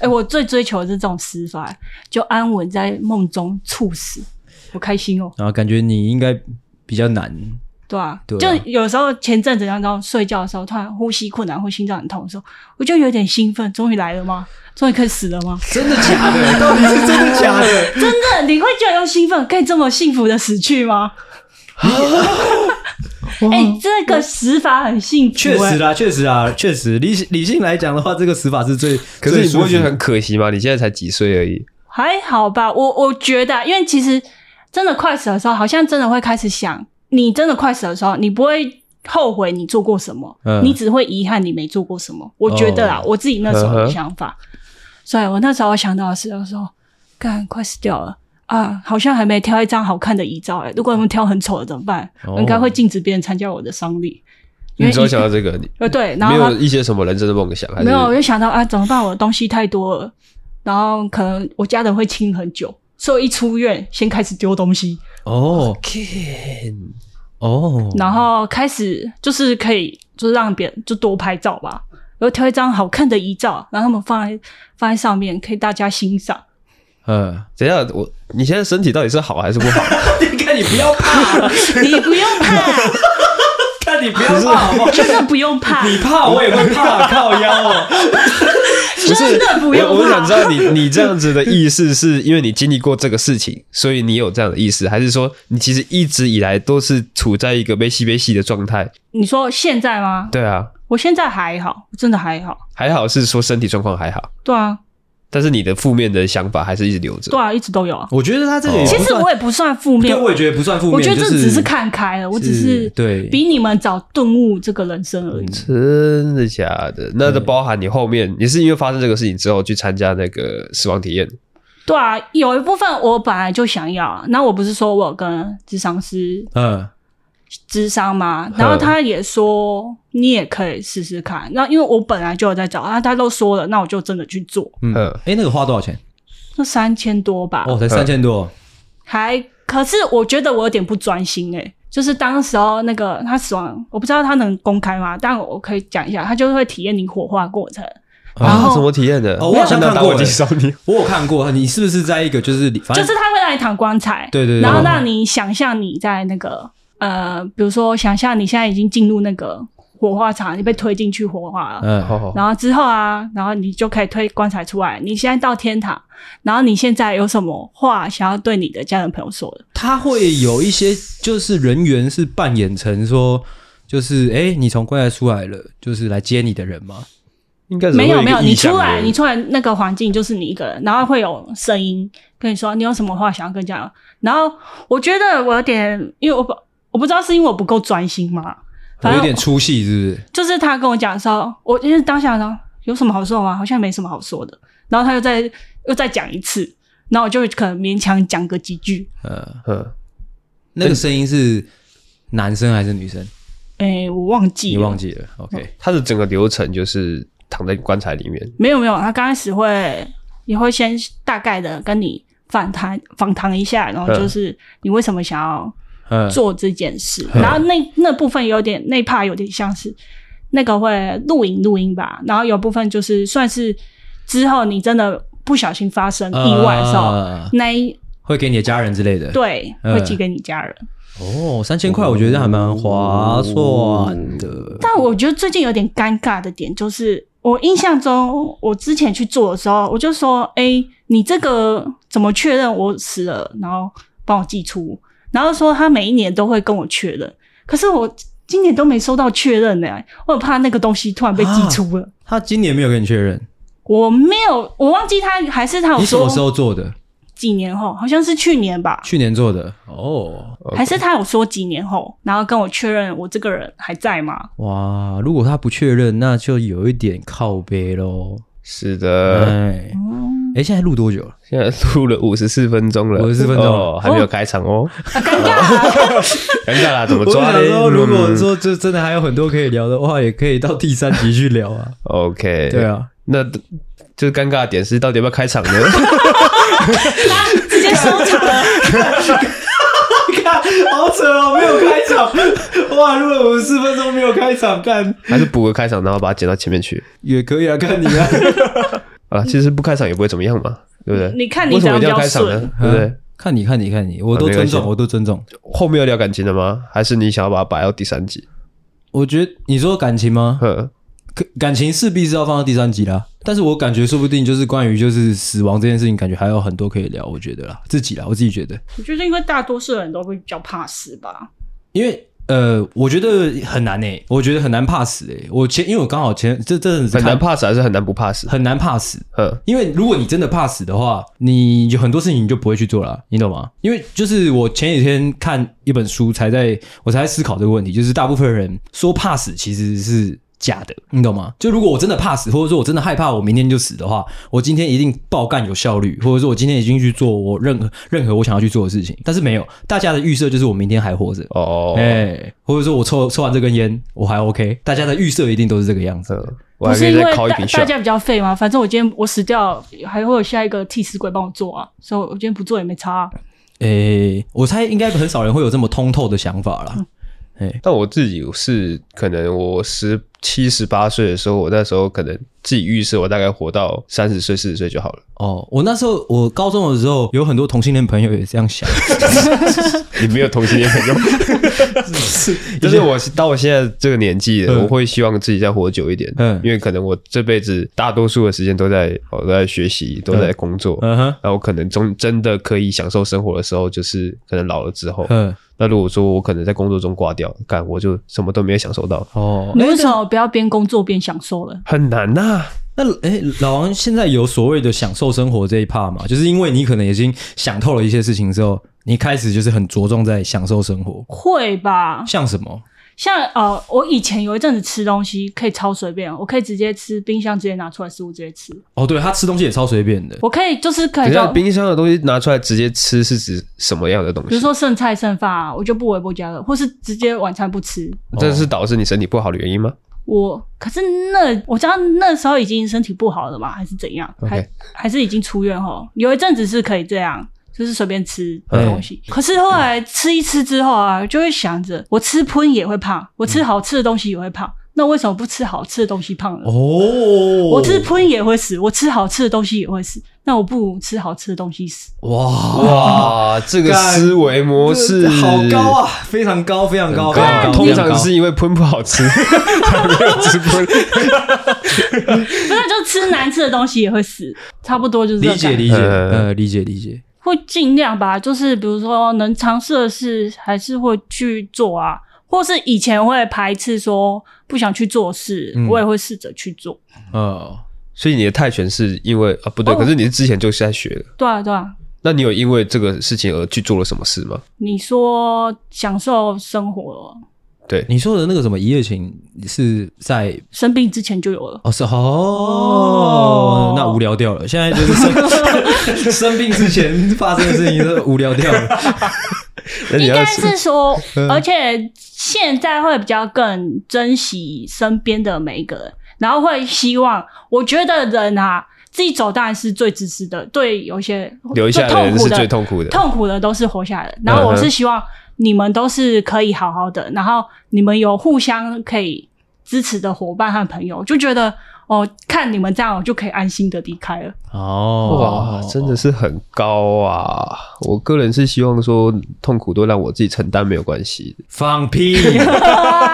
Speaker 2: 哎、我最追求的是这种死法，就安稳在梦中猝死，我开心哦。
Speaker 3: 然后感觉你应该比较难，
Speaker 2: 对啊，
Speaker 3: 对啊
Speaker 2: 就有时候前阵子那种睡觉的时候，突然呼吸困难或心脏很痛的时候，我就有点兴奋，终于来了吗？终于可以死了
Speaker 3: [laughs]
Speaker 2: 吗？
Speaker 3: 真的假的？ [laughs] 到底是真的 [laughs] 假的？
Speaker 2: 真的，你会觉得用兴奋可以这么幸福的死去
Speaker 3: [laughs]
Speaker 2: 吗？ [laughs] 哎、这个死法很幸福、
Speaker 3: 确
Speaker 2: 哎
Speaker 3: 实啦，确实啊，确实理理性来讲的话，这个死法是最，
Speaker 1: 可是
Speaker 3: 最
Speaker 1: 你不会
Speaker 3: 舒服
Speaker 1: 觉得很可惜吗？你现在才几岁而已，
Speaker 2: 还好吧，我我觉得啊，因为其实真的快死的时候，好像真的会开始想，你真的快死的时候，你不会后悔你做过什么，
Speaker 3: 嗯
Speaker 2: 你只会遗憾你没做过什么。我觉得啦，
Speaker 3: 哦
Speaker 2: 我自己那时候
Speaker 1: 呵
Speaker 2: 的
Speaker 1: 呵
Speaker 2: 想法，所以我那时候想到的是，我说，干，快死掉了。啊，好像还没挑一张好看的遗照哎、如果他们挑很丑的怎么办？
Speaker 3: 哦
Speaker 2: 我应该会禁止别人参加我的丧礼。因为
Speaker 1: 你只有
Speaker 2: 一
Speaker 1: 想到这个，你
Speaker 2: 呃对，然
Speaker 1: 没
Speaker 2: 后他
Speaker 1: 有一些什么人生的梦想，还是
Speaker 2: 没有，我就想到啊，怎么办？我的东西太多了，然后可能我家人会清很久，所以我一出院先开始丢东西，
Speaker 3: 哦
Speaker 1: Ken
Speaker 3: 哦，
Speaker 2: 然后开始就是可以就是让别人就多拍照吧，然后挑一张好看的遗照，然后他们放在放在上面，可以大家欣赏。
Speaker 3: 嗯，
Speaker 1: 等一下，我你现在身体到底是好还是不
Speaker 2: [laughs]
Speaker 1: 好？
Speaker 3: 你 [laughs] 看你不要怕，
Speaker 2: 你不用怕，
Speaker 3: 看你不要怕好不好？
Speaker 2: 真的不用怕，
Speaker 3: 你怕我也会怕，靠腰哦。
Speaker 2: 真的不
Speaker 1: 我
Speaker 2: 用
Speaker 1: 我想知
Speaker 2: 怕。
Speaker 1: 道你你这样子的意识，是因为你经历过这个事情，所以你有这样的意识，还是说你其实一直以来都是处在一个被戏被戏的状态？
Speaker 2: 你说现在吗？
Speaker 1: 对啊，
Speaker 2: 我现在还好，真的还好。
Speaker 1: 还好是说身体状况还好，
Speaker 2: 对啊，
Speaker 1: 但是你的负面的想法还是一直留着
Speaker 2: 对。啊，一直都有啊。
Speaker 3: [laughs] 我觉得他这个也
Speaker 1: 哦
Speaker 3: 不
Speaker 2: 其实
Speaker 3: 算
Speaker 2: 我也不算负面，
Speaker 3: 对，我也觉得不算负面，
Speaker 2: 我觉得这
Speaker 3: 就
Speaker 2: 只是看开了，我只是
Speaker 3: 对嗯
Speaker 2: 比你们早顿悟这个人生
Speaker 1: 嗯
Speaker 2: 而已。
Speaker 1: 真的假的？那就包含你后面，你是因为发生这个事情之后去参加那个死亡体验，
Speaker 2: 对啊，有一部分我本来就想要啊，那我不是说我有跟智商师
Speaker 3: 嗯
Speaker 2: 智商吗？然后他也说你也可以试试看。那因为我本来就有在找啊，他都说了，那我就真的去做。
Speaker 3: 嗯
Speaker 1: 嗯，
Speaker 3: 哎，那个花多少钱？
Speaker 2: 那三千多吧，
Speaker 3: 哦，才三千多，
Speaker 2: 还可是我觉得我有点不专心诶、就是当时候那个他死亡，我不知道他能公开吗？但我可以讲一下，他就会体验你火化过程。然后
Speaker 1: 啊什么体验的？
Speaker 3: 哦我好像看过
Speaker 1: 打火机烧你，
Speaker 3: 我有看过，你是不是在一个就是反
Speaker 2: 就
Speaker 3: 正
Speaker 2: 是他会让你躺棺材，
Speaker 3: 对对对
Speaker 2: 然后
Speaker 3: 嗯
Speaker 2: 让你想象你在那个呃，比如说想象你现在已经进入那个火化场，你被推进去火化了，
Speaker 3: 嗯
Speaker 1: [laughs] 好好
Speaker 2: 然后之后啊，然后你就可以推棺材出来。你现在到天堂，然后你现在有什么话想要对你的家人朋友说的？
Speaker 3: 他会有一些就是人员是扮演成说，就是哎、诶你从棺材出来了，就是来接你的人吗？
Speaker 1: 应该只是
Speaker 2: 没
Speaker 1: 会
Speaker 2: 有
Speaker 1: 一
Speaker 2: 没
Speaker 1: 个
Speaker 2: 有，你
Speaker 1: 意向
Speaker 2: 出来
Speaker 1: 而已
Speaker 2: 你出来那个环境就是你一个人，然后会有声音跟你说你有什么话想要跟家人。然后我觉得我有点，因为我不我不知道是因为我不够专心嘛，
Speaker 3: 我
Speaker 2: 反
Speaker 3: 有
Speaker 2: 正
Speaker 3: 点出戏，是不是？
Speaker 2: 就是他跟我讲的时候，我因为当下呢有什么好说吗？好像没什么好说的。然后他又再又再讲一次，然后我就可能勉强讲个几句。
Speaker 3: 呃，
Speaker 1: 嗯，
Speaker 2: 哎
Speaker 3: 那个声音是男生还是女生？
Speaker 2: 哎、我忘记
Speaker 3: 你
Speaker 2: 了，
Speaker 3: 忘记了？OK，
Speaker 1: 它的整个流程就是躺在棺材里面，
Speaker 2: 没有没有，他刚开始会也会先大概的跟你访谈访谈一下，然后就是你为什么想要
Speaker 3: 嗯，
Speaker 2: 做这件事，然后那那部分有点那一 part 有点像是那个会录影录音吧，然后有部分就是算是之后你真的不小心发生
Speaker 3: 嗯
Speaker 2: 意外的时候，
Speaker 3: 啊
Speaker 2: 那一
Speaker 3: 会给你的家人之类的。
Speaker 2: 对
Speaker 3: 嗯
Speaker 2: 会寄给你家人。
Speaker 3: 哦，三千块我觉得还蛮划算的。
Speaker 2: 但我觉得最近有点尴尬的点就是，我印象中我之前去做的时候，我就说：“哎、你这个怎么确认我死了？然后帮我寄出。”然后说他每一年都会跟我确认，可是我今年都没收到确认呢、我很怕那个东西突然被寄出了。
Speaker 3: 他今年没有跟你确认，
Speaker 2: 我没有，我忘记他还是他有
Speaker 3: 你什么时
Speaker 2: 说
Speaker 3: 候做的？
Speaker 2: 几年后，好像是去年吧，
Speaker 3: 去年做的。哦，
Speaker 2: 还是他有说几年后，然后跟我确认我这个人还在吗？
Speaker 3: 哇，如果他不确认，那就有一点靠背喽。
Speaker 1: 是的，
Speaker 3: 哎，
Speaker 2: 嗯，
Speaker 3: 哎，现在录多久了？
Speaker 1: 现在录了五十四分钟了，
Speaker 3: 54分钟
Speaker 1: 哦，还没有开场哦，
Speaker 2: 啊尴尬、啊，
Speaker 1: 尴尬啦，怎么
Speaker 3: 我
Speaker 1: 抓
Speaker 3: 想
Speaker 1: 嘞？
Speaker 3: 说，如果
Speaker 1: 嗯
Speaker 3: 说这真的还有很多可以聊的话，也可以到第三集去聊啊。
Speaker 1: OK，
Speaker 3: [laughs] 对，啊，
Speaker 1: 那就是尴尬的点是到底要不要开场呢？
Speaker 2: 直接收场了。
Speaker 3: 看，好扯哦，没有开场，哇，录了五十四分钟没有开场，干
Speaker 1: 还是补个开场，然后把它剪到前面去
Speaker 3: 也可以啊，看你啊。
Speaker 1: 啊？其实不开场也不会怎么样嘛，对不对？
Speaker 2: 嗯你看你
Speaker 1: 为什么一定
Speaker 2: 讲
Speaker 1: 要
Speaker 2: 比
Speaker 1: 开
Speaker 2: 较
Speaker 1: 场呢
Speaker 2: 顺？
Speaker 3: 嗯
Speaker 1: 对不对？
Speaker 3: 看你看你看你，我
Speaker 1: 啊没
Speaker 3: 都尊
Speaker 1: 关系
Speaker 3: 重，我都尊重。
Speaker 1: 后面要聊感情的吗？还是你想要把它摆到第三集？
Speaker 3: 我觉得你说感情吗？
Speaker 1: 呵，
Speaker 3: 可感情势必是要放到第三集啦，但是我感觉说不定就是关于就是死亡这件事情，感觉还有很多可以聊。我觉得啦，自己啦，我自己觉得，
Speaker 2: 我觉得因为大多数人都会比较怕死吧。
Speaker 3: 因为呃，我觉得很难诶、我觉得很难怕死诶、我前因为我刚好前这这阵子
Speaker 1: 很难
Speaker 3: 看
Speaker 1: 怕死还是很难不怕死？
Speaker 3: 很难怕死，
Speaker 1: 呵，
Speaker 3: 因为如果你真的怕死的话，你有很多事情你就不会去做了，你懂吗？因为就是我前几天看一本书，才在我才在思考这个问题，就是大部分人说怕死其实是假的，你懂吗？就如果我真的怕死，或者说我真的害怕我明天就死的话，我今天一定爆干有效率，或者说我今天已经去做我任何任何我想要去做的事情，但是没有，大家的预设就是我明天还活着。
Speaker 1: 哦，
Speaker 3: 哎、或者说我抽抽完这根烟，我还 OK，大家的预设一定都是这个样子。
Speaker 1: 嗯，我
Speaker 2: 不
Speaker 1: 还可
Speaker 2: 是
Speaker 1: 以
Speaker 2: 因
Speaker 1: 再
Speaker 2: 为
Speaker 1: 烤一
Speaker 2: 大
Speaker 1: 瓶
Speaker 2: 大
Speaker 1: 笑。
Speaker 2: 家比较废吗？反正我今天我死掉，还会有下一个替死鬼帮我做啊，所以我今天不做也没差、啊。
Speaker 3: 诶、我猜应该很少人会有这么通透的想法啦。
Speaker 1: 但我自己是可能我十七十八岁的时候，我那时候可能自己预设我大概活到三十岁四十岁就好了。
Speaker 3: 哦，我那时候我高中的时候有很多同性恋朋友也这样想，
Speaker 1: 你没有同性恋朋
Speaker 3: [laughs]
Speaker 1: 友，就是我是到我现在这个年纪了，
Speaker 3: 嗯
Speaker 1: 我会希望自己再活久一点，
Speaker 3: 嗯
Speaker 1: 因为可能我这辈子大多数的时间都在哦都在学习，都在工作，
Speaker 3: 嗯哼，
Speaker 1: 然后可能中真的可以享受生活的时候，就是可能老了之后。
Speaker 3: [laughs] 嗯，
Speaker 1: 那如果说我可能在工作中挂掉，干我就什么都没有享受到，
Speaker 3: 哦，
Speaker 2: 你为什么不要边工作边享受了？
Speaker 1: 很难呐、
Speaker 3: 那诶、老王现在有所谓的享受生活这一 part 嘛？就是因为你可能已经想透了一些事情之后，你开始就是很着重在享受生活，
Speaker 2: 会吧，
Speaker 3: 像什么？
Speaker 2: 像呃，我以前有一阵子吃东西可以超随便，我可以直接吃，冰箱直接拿出来食物直接吃，
Speaker 3: 哦，对他吃东西也超随便的，
Speaker 2: 我可以就是可
Speaker 1: 等
Speaker 2: 以
Speaker 1: 一
Speaker 2: 就
Speaker 1: 下，冰箱的东西拿出来直接吃是指什么样的东西？
Speaker 2: 比如说剩菜剩饭啊，我就不微波加热，或是直接晚餐不吃，
Speaker 1: 这
Speaker 3: 哦
Speaker 1: 是导致你身体不好的原因吗？
Speaker 2: 我可是那我知道那时候已经身体不好了嘛，还是怎样
Speaker 1: OK
Speaker 2: 还还是已经出院后，有一阵子是可以这样，就是随便吃东西。
Speaker 3: 嗯
Speaker 2: 可是后来吃一吃之后啊，就会想着我吃喷也会胖，我吃好吃的东西也会胖，那为什么不吃好吃的东西胖呢？
Speaker 3: 哦，
Speaker 2: 我吃喷也会死，我吃好吃的东西也会死，那我不如吃好吃的东西死。
Speaker 3: 哇。
Speaker 1: 哇，这个
Speaker 3: 干
Speaker 1: 思维模式
Speaker 3: 这好高！啊，非常高，非常高，
Speaker 1: 很
Speaker 3: 非
Speaker 1: 高
Speaker 3: 常高。
Speaker 1: 哦通
Speaker 3: 非常
Speaker 1: 常
Speaker 3: 高
Speaker 1: 是因为喷不好 [laughs] 吃，才没有吃 [laughs] 喷。
Speaker 2: 不是，就吃难吃的东西也会死，差不多就是这
Speaker 3: 理
Speaker 2: 个
Speaker 3: 解
Speaker 2: 感觉
Speaker 3: 理解，
Speaker 1: 嗯
Speaker 3: 呃，理解理解。
Speaker 2: 会尽量吧，就是比如说能尝试的事还是会去做啊，或是以前会排斥说不想去做事，
Speaker 3: 嗯
Speaker 2: 我也会试着去做。
Speaker 3: 呃，
Speaker 1: 哦所以你的泰拳是因为啊不对，
Speaker 2: 哦
Speaker 1: 可是你是之前就是在学的，
Speaker 2: 对啊，对啊。
Speaker 1: 那你有因为这个事情而去做了什么事吗？
Speaker 2: 你说享受生活，
Speaker 1: 对，
Speaker 3: 你说的那个什么一夜情是在
Speaker 2: 生病之前就有了。
Speaker 3: 哦是哦，
Speaker 2: 哦
Speaker 3: 那无聊掉了。现在就
Speaker 1: [laughs]
Speaker 3: 是生生病之前发生的事情，都无聊掉了。
Speaker 1: [laughs] 那你要
Speaker 2: 应
Speaker 1: 嗯
Speaker 2: 该是说，而且现在会比较更珍惜身边的每一个人，然后会希望，我觉得人啊，自己走当然是最自私的，对有一些
Speaker 1: 留下
Speaker 2: 最
Speaker 1: 的
Speaker 2: 痛
Speaker 1: 人
Speaker 2: 苦
Speaker 1: 是
Speaker 2: 的
Speaker 1: 最痛苦的。
Speaker 2: 痛苦的都是活下来的。然后我
Speaker 1: 嗯
Speaker 2: 是
Speaker 1: 哼
Speaker 2: 希望你们都是可以好好的，然后你们有互相可以支持的伙伴和朋友，就觉得哦，看你们这样，我就可以安心的离开了。
Speaker 3: 哦
Speaker 1: 哇，真的是很高啊！我个人是希望说，痛苦都让我自己承担没有关系的。
Speaker 3: 放屁，
Speaker 1: [laughs]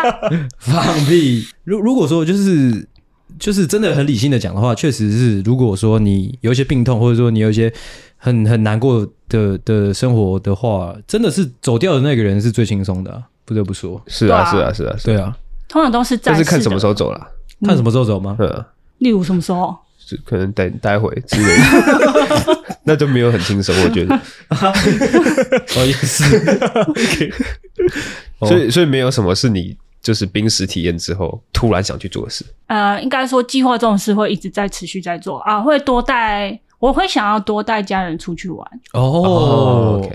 Speaker 3: 放屁。如如果说就是就是真的很理性的讲的话，确实是，如果说你有一些病痛，或者说你有一些很很难过的的生活的话，真的是走掉的那个人是最轻松的啊、不得不说。
Speaker 1: 是
Speaker 2: 对啊
Speaker 1: 啊，是啊，是啊，是啊。
Speaker 3: 对啊，
Speaker 2: 通常都是暂
Speaker 1: 但
Speaker 2: 时
Speaker 1: 是
Speaker 2: 的，
Speaker 1: 看什么时候走了，
Speaker 3: 看什么时候走吗？
Speaker 1: 嗯，
Speaker 2: 例如什么时候？
Speaker 1: 是可能待待会之类的， [laughs] 那就没有很轻松，我觉得。
Speaker 3: [laughs] 哦，也是。哦
Speaker 1: 所以，所以没有什么是你就是濒死体验之后突然想去做的事。
Speaker 2: 呃，应该说计划这种事会一直在持续在做啊，会多带，我会想要多带家人出去玩。
Speaker 3: 哦
Speaker 1: ，OK，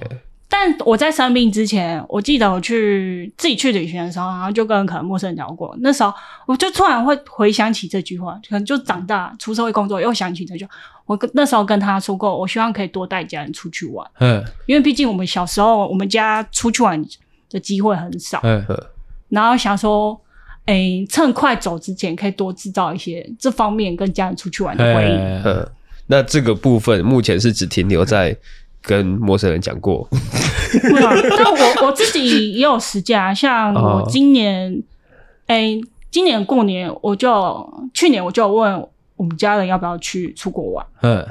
Speaker 2: 但我在生病之前，我记得我去自己去旅行的时候，然后就跟可能陌生人聊过，那时候我就突然会回想起这句话，可能就长大出社会工作又想起这句话。我跟那时候跟他说过，我希望可以多带家人出去玩，
Speaker 3: 嗯
Speaker 2: 因为毕竟我们小时候我们家出去玩的机会很少，
Speaker 3: 嗯，
Speaker 2: 然后想说。诶，趁快走之前，可以多制造一些这方面跟家人出去玩的回忆。
Speaker 3: 哎
Speaker 1: 嗯，那这个部分目前是只停留在跟陌生人讲过，
Speaker 2: 对啊，但我我自己也有实践啊，像我
Speaker 1: 哦
Speaker 2: 今年，哎、今年过年我就去年我就有问我们家人要不要去出国玩，
Speaker 3: 嗯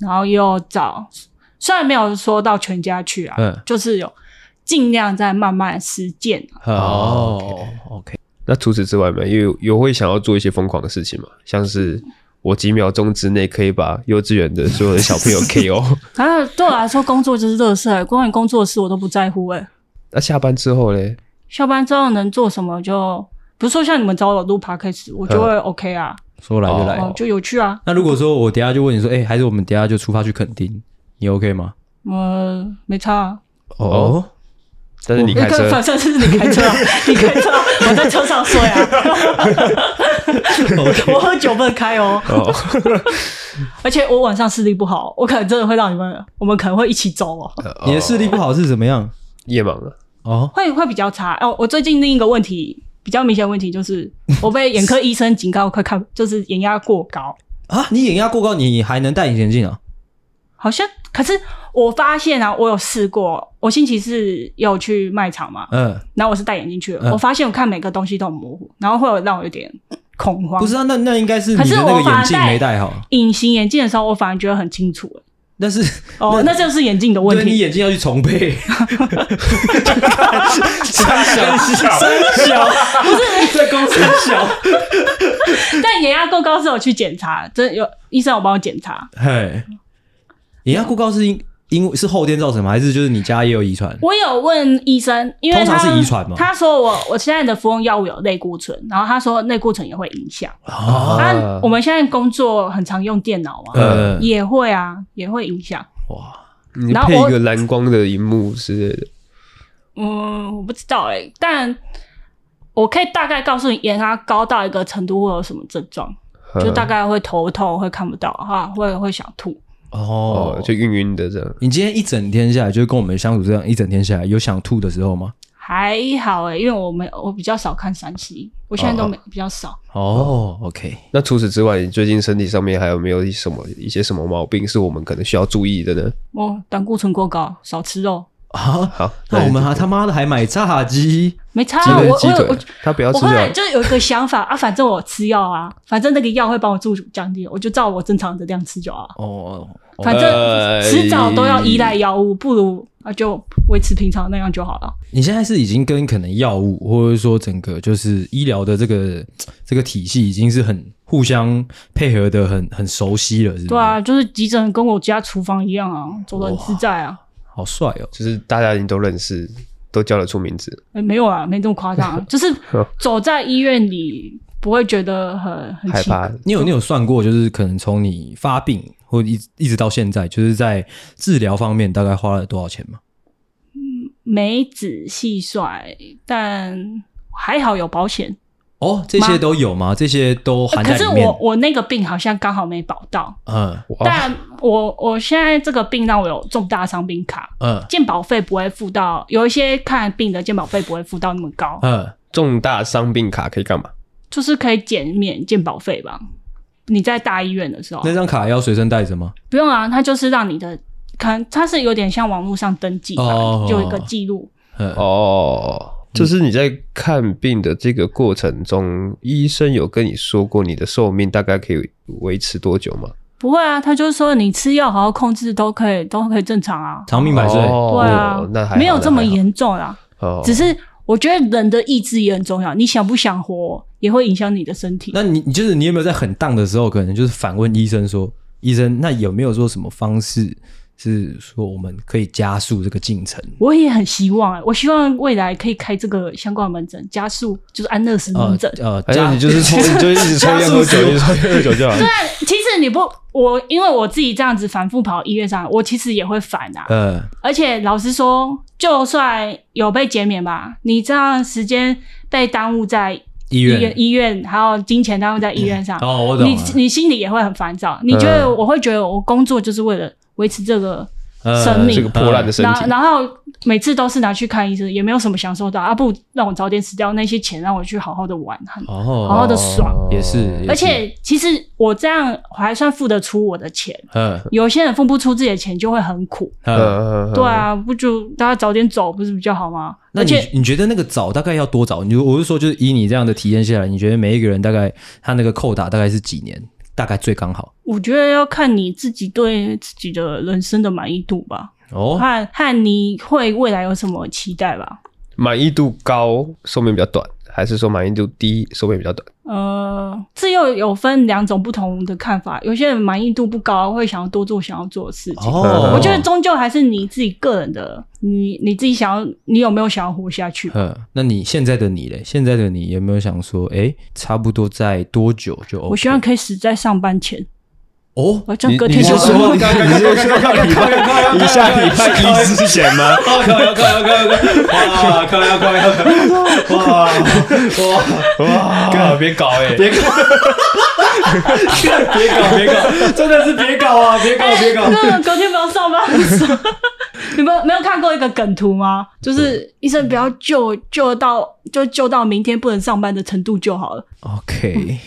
Speaker 2: 然后也有找，虽然没有说到全家去啊，
Speaker 3: 嗯
Speaker 2: 就是有尽量在慢慢实践啊、
Speaker 3: 哦，OK，
Speaker 1: 那除此之外呢，有有会想要做一些疯狂的事情吗？像是我几秒钟之内可以把幼稚园的所有的小朋友 KO。
Speaker 2: 然后对我来说，工作就是乐事、欸，关于工作的事我都不在乎、欸。哎，
Speaker 1: 那下班之后嘞，
Speaker 2: 下班之后能做什么就，比如说像你们找我录 podcast，我
Speaker 1: 嗯
Speaker 2: 就会 OK 啊，
Speaker 3: 说来就
Speaker 1: 哎
Speaker 3: 来。
Speaker 2: 哦，就有趣啊。
Speaker 3: 那如果说我等一下就问你说，哎、还是我们等一下就出发去垦丁，你 OK 吗？
Speaker 2: 嗯，没差、啊。
Speaker 1: 哦，但是你
Speaker 2: 那
Speaker 1: 开车
Speaker 2: 个，反正是你
Speaker 1: [laughs]
Speaker 2: 开车啊，你开车啊，我在车上睡啊。我喝酒不能开哦，
Speaker 1: 哦，
Speaker 2: 而且我晚上视力不好，我可能真的会让你们，我们可能会一起走哦，
Speaker 1: 嗯
Speaker 3: 你的视力不好是怎么样？
Speaker 1: 夜啊盲了，
Speaker 3: 哦，
Speaker 2: 会会比较差。哦，我最近另一个问题比较明显的问题就是，我被眼科医生警告快看，就是眼压过高，
Speaker 3: 啊，你眼压过高，你还能戴隐形镜啊？
Speaker 2: 好像可是我发现啊，我有试过，我星期四有去卖场嘛，
Speaker 3: 嗯，
Speaker 2: 然后我是戴眼镜去
Speaker 3: 嗯
Speaker 2: 的，我发现我看每个东西都很模糊，然后会有让我有点恐慌
Speaker 3: 不。是啊，那那应该是你的
Speaker 2: 可是
Speaker 3: 那
Speaker 2: 我
Speaker 3: 个
Speaker 2: 反
Speaker 3: 眼
Speaker 2: 而
Speaker 3: 镜
Speaker 2: 戴
Speaker 3: 没戴好，啊
Speaker 2: 隐形眼镜的时候，我反而觉得很清楚了。
Speaker 3: 但是
Speaker 2: 哦，那就是眼镜的问
Speaker 3: 对你
Speaker 2: 题。
Speaker 3: 眼睛要去重配，
Speaker 1: 三小
Speaker 3: 真小，不是在公司小，
Speaker 2: [laughs] 但眼压过高是有去检查，真有医生有帮我检查。
Speaker 3: 嗯嘿，眼压过高是因因为是后天造成吗？还是就是你家也有遗传？
Speaker 2: 我有问医生，因为
Speaker 3: 通
Speaker 2: 他
Speaker 3: 常是遗传吗
Speaker 2: 他说我我现在的服用药物有类固醇，然后他说类固醇也会影响。
Speaker 3: 啊，
Speaker 2: 但我们现在工作很常用电脑啊嘛，
Speaker 3: 呃，
Speaker 1: 嗯
Speaker 2: 也会啊，也会影响。
Speaker 3: 哇，
Speaker 1: 你
Speaker 2: 然后
Speaker 1: 配一
Speaker 2: 我
Speaker 1: 个蓝光的荧幕之类的，
Speaker 2: 嗯，我不知道哎、但我可以大概告诉你，眼压高到一个程度会有什么症状，就大
Speaker 1: 概
Speaker 2: 概会头痛，会看不到哈，会会想吐。
Speaker 1: 哦
Speaker 3: 哦，，
Speaker 1: 就晕晕的这样。
Speaker 3: 你今天一整天下来，就是跟我们相处这样一整天下来，有想吐的时候吗？
Speaker 2: 还好哎、因为我没我比较少看山西，我现在
Speaker 1: 哦
Speaker 2: 都没、比较少。
Speaker 3: 哦，OK，
Speaker 1: 那除此之外，你最近身体上面还有没有什么一些什么毛病是我们可能需要注意的呢？
Speaker 2: 哦，胆固醇过高，少吃肉，
Speaker 3: 啊，
Speaker 1: 好，
Speaker 3: 那我们
Speaker 1: 还
Speaker 3: 还他妈的还买炸鸡，
Speaker 2: 没差啊。
Speaker 1: 鸡腿
Speaker 2: 我我
Speaker 1: 鸡
Speaker 2: 有
Speaker 1: 腿
Speaker 2: 我，
Speaker 1: 他不要吃
Speaker 2: 我后来
Speaker 1: 掉。
Speaker 2: 就有一个想法啊，反正我吃药啊，反正那个药会帮我助降低，我就照我正常的量吃就好了。
Speaker 3: 哦，哦
Speaker 2: 反
Speaker 1: 哎
Speaker 2: 正迟早都要依赖药物，不如啊就维持平常那样就好了。
Speaker 3: 你现在是已经跟可能药物，或者说整个就是医疗的这个这个体系，已经是很互相配合的很很熟悉了，是不是？
Speaker 2: 对，啊，就是急诊跟我家厨房一样啊，走得很自在啊。
Speaker 3: 好帅哦！
Speaker 1: 就是大家已经都认识，都叫得出名字。
Speaker 2: 哎、没有啊，没这么夸
Speaker 3: [laughs]
Speaker 2: 张啊，就是走在医院里不会觉得很很
Speaker 1: 害
Speaker 2: 奇
Speaker 1: 怕，
Speaker 3: 你有你有算过，就是可能从你发病或一直一直到现在，就是在治疗方面大概花了多少钱吗？
Speaker 2: 没仔细算，但还好有保险，
Speaker 3: 哦，这些都有吗？这些都
Speaker 2: 呃
Speaker 3: 含
Speaker 2: 可
Speaker 3: 在
Speaker 2: 是
Speaker 3: 里面
Speaker 2: 我？我那个病好像刚好没保到，
Speaker 3: 嗯
Speaker 1: 哇，
Speaker 2: 但我我现在这个病让我有重大伤病卡，
Speaker 3: 嗯
Speaker 2: 健保费不会付到，有一些看病的健保费不会付到那么高，
Speaker 3: 嗯，
Speaker 1: 重大伤病卡可以干嘛？
Speaker 2: 就是可以减免健保费吧。你在大医院的时候
Speaker 3: 那张卡要随身带着吗？
Speaker 2: 不用啊，它就是让你的，可能它是有点像网络上登记吧，
Speaker 3: 哦
Speaker 2: 有一个记录。
Speaker 3: 嗯，
Speaker 1: 哦，就是你在看病的这个过程中，医生有跟你说过你的寿命大概可以维持多久吗？
Speaker 2: 不会啊，他就是说你吃药好好控制都可以，都可以正常啊。
Speaker 3: 长命百岁。
Speaker 1: 哦
Speaker 2: 对啊，
Speaker 1: 那还好
Speaker 2: 没有这么，
Speaker 1: 那还
Speaker 2: 严重啦。
Speaker 1: 好哦
Speaker 2: 只是我觉得人的意志也很重要，你想不想活也会影响你的身体。
Speaker 3: 那你你就是你有没有在很荡的时候，可能就是反问医生说，医生那有没有说什么方式是说我们可以加速这个进程？
Speaker 2: 我也很希望、欸，我希望未来可以开这个相关的门诊，加速就是安乐死门
Speaker 3: 呃
Speaker 2: 诊。
Speaker 3: 呃，
Speaker 1: 还有
Speaker 3: 加
Speaker 1: 哎你就是
Speaker 3: [laughs]
Speaker 1: 抽，你就一直抽烟喝酒，一直抽烟喝酒就好了。
Speaker 2: 但 [laughs] 其实你不，我因为我自己这样子反复跑医院上，我其实也会烦啊。
Speaker 3: 呃
Speaker 2: 而且老实说，就算有被减免吧，你这样时间被耽误在
Speaker 3: 医
Speaker 2: 医
Speaker 3: 院
Speaker 2: 院、医院，还有金钱耽误在医院上，
Speaker 3: 哦，我懂
Speaker 2: 你
Speaker 3: 了，
Speaker 2: 你心里也会很烦躁。你觉得我会觉得我工作就是为了维持这个
Speaker 3: 呃
Speaker 2: 生命
Speaker 1: 这个破烂的身
Speaker 2: 然后
Speaker 1: 体，
Speaker 2: 然后每次都是拿去看医生，也没有什么享受到啊，不如让我早点死掉，那些钱让我去好好的玩。
Speaker 3: 哦，
Speaker 2: 好好地爽
Speaker 3: 也是也
Speaker 1: 哦
Speaker 3: 是
Speaker 2: 而且其实我这样还算付得出我的钱，
Speaker 3: 呃
Speaker 2: 有些人付不出自己的钱就会很苦。
Speaker 3: 呃，
Speaker 2: 对，啊，不就大家早点走不是比较好吗？
Speaker 3: 那
Speaker 2: 而
Speaker 3: 你
Speaker 2: 且
Speaker 3: 你觉得那个早大概要多早？你就我是说，就是以你这样的体验下来，你觉得每一个人大概他那个扣打大概是几年？大概最刚好
Speaker 2: 我觉得要看你自己对自己的人生的满意度吧，
Speaker 3: 哦。
Speaker 2: 看看你会未来有什么期待吧。
Speaker 1: 满意度高，寿命比较短，还是说满意度低，寿命比较短？
Speaker 2: 呃，这又有分两种不同的看法。有些人满意度不高，会想要多做想要做的事情。
Speaker 3: 哦，
Speaker 2: 我觉得终究还是你自己个人的，你你自己想要，你有没有想要活下去？
Speaker 3: 嗯，那你现在的你嘞？现在的你有没有想说，哎，差不多在多久就 OK？
Speaker 2: 我希望可以死在上班前，
Speaker 3: 哦，
Speaker 2: 我这样隔
Speaker 1: 你
Speaker 2: 天
Speaker 1: 是
Speaker 2: 就
Speaker 1: 说你是说
Speaker 3: [laughs]
Speaker 1: 要礼拜一下礼拜一之前 [laughs] 吗？
Speaker 3: 哇，快要快要哇哇！
Speaker 1: 哇，别搞哎，别
Speaker 3: 别搞别搞，真的是别搞啊！别搞别
Speaker 2: [laughs]
Speaker 3: 搞！
Speaker 2: 那个隔天不要上班。你们没有看过一个梗图吗？就是医生不要救我救得到，就救到明天不能上班的程度就好了。
Speaker 3: OK，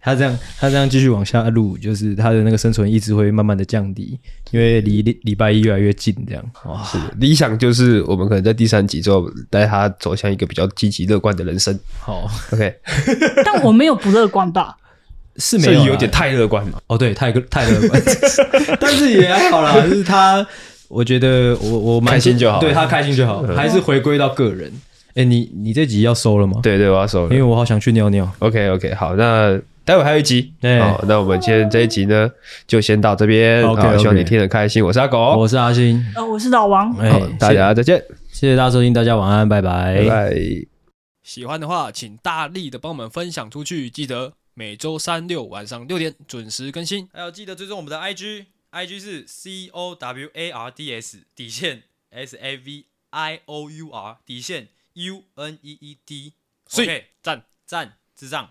Speaker 3: 他这样他这样继续往下录，就是他的那个生存意志会慢慢的降低，因为离礼礼拜一越来越近，这样哇，
Speaker 1: 理想就是我们可能在第三集之后带他走向一个比较积极乐观的人生。
Speaker 3: 好
Speaker 1: OK，
Speaker 2: 但我没有不乐观吧？
Speaker 3: 是
Speaker 1: 这
Speaker 3: 没
Speaker 1: 里
Speaker 3: 有啦
Speaker 1: 有啊点太乐观了。
Speaker 3: 哦，对，太太乐观，
Speaker 1: [laughs]
Speaker 3: 但是也还好啦，就是他，我觉得我我蛮
Speaker 1: 开心就好嗯
Speaker 3: 对他开心就好，还是回归到个人。哎，你你这集要收了吗？，
Speaker 1: 对对，我要收
Speaker 3: 因为
Speaker 1: 了。
Speaker 3: 我好想去尿尿。
Speaker 1: OK OK，好，那待会还有一集。
Speaker 3: 对
Speaker 1: 好，那我们今天这一集呢，就先到这边。
Speaker 3: OK，
Speaker 1: 好希望
Speaker 3: OK
Speaker 1: 你听得开心。我是阿狗
Speaker 3: 我，是阿星，
Speaker 2: 呃，我是老王，
Speaker 3: 哎
Speaker 1: 好，大家再见，
Speaker 3: 谢谢大家收听，大家晚安，拜
Speaker 1: 拜
Speaker 3: 拜。
Speaker 1: 拜。
Speaker 4: 喜欢的话，请大力的帮我们分享出去。记得每周三六晚上六点准时更新。
Speaker 5: 还有记得追踪我们的 IG，IG 是 C O W A R D S 底线 S A V I O U R 底线 U N E E D。
Speaker 4: 所以
Speaker 5: OK，赞赞智障。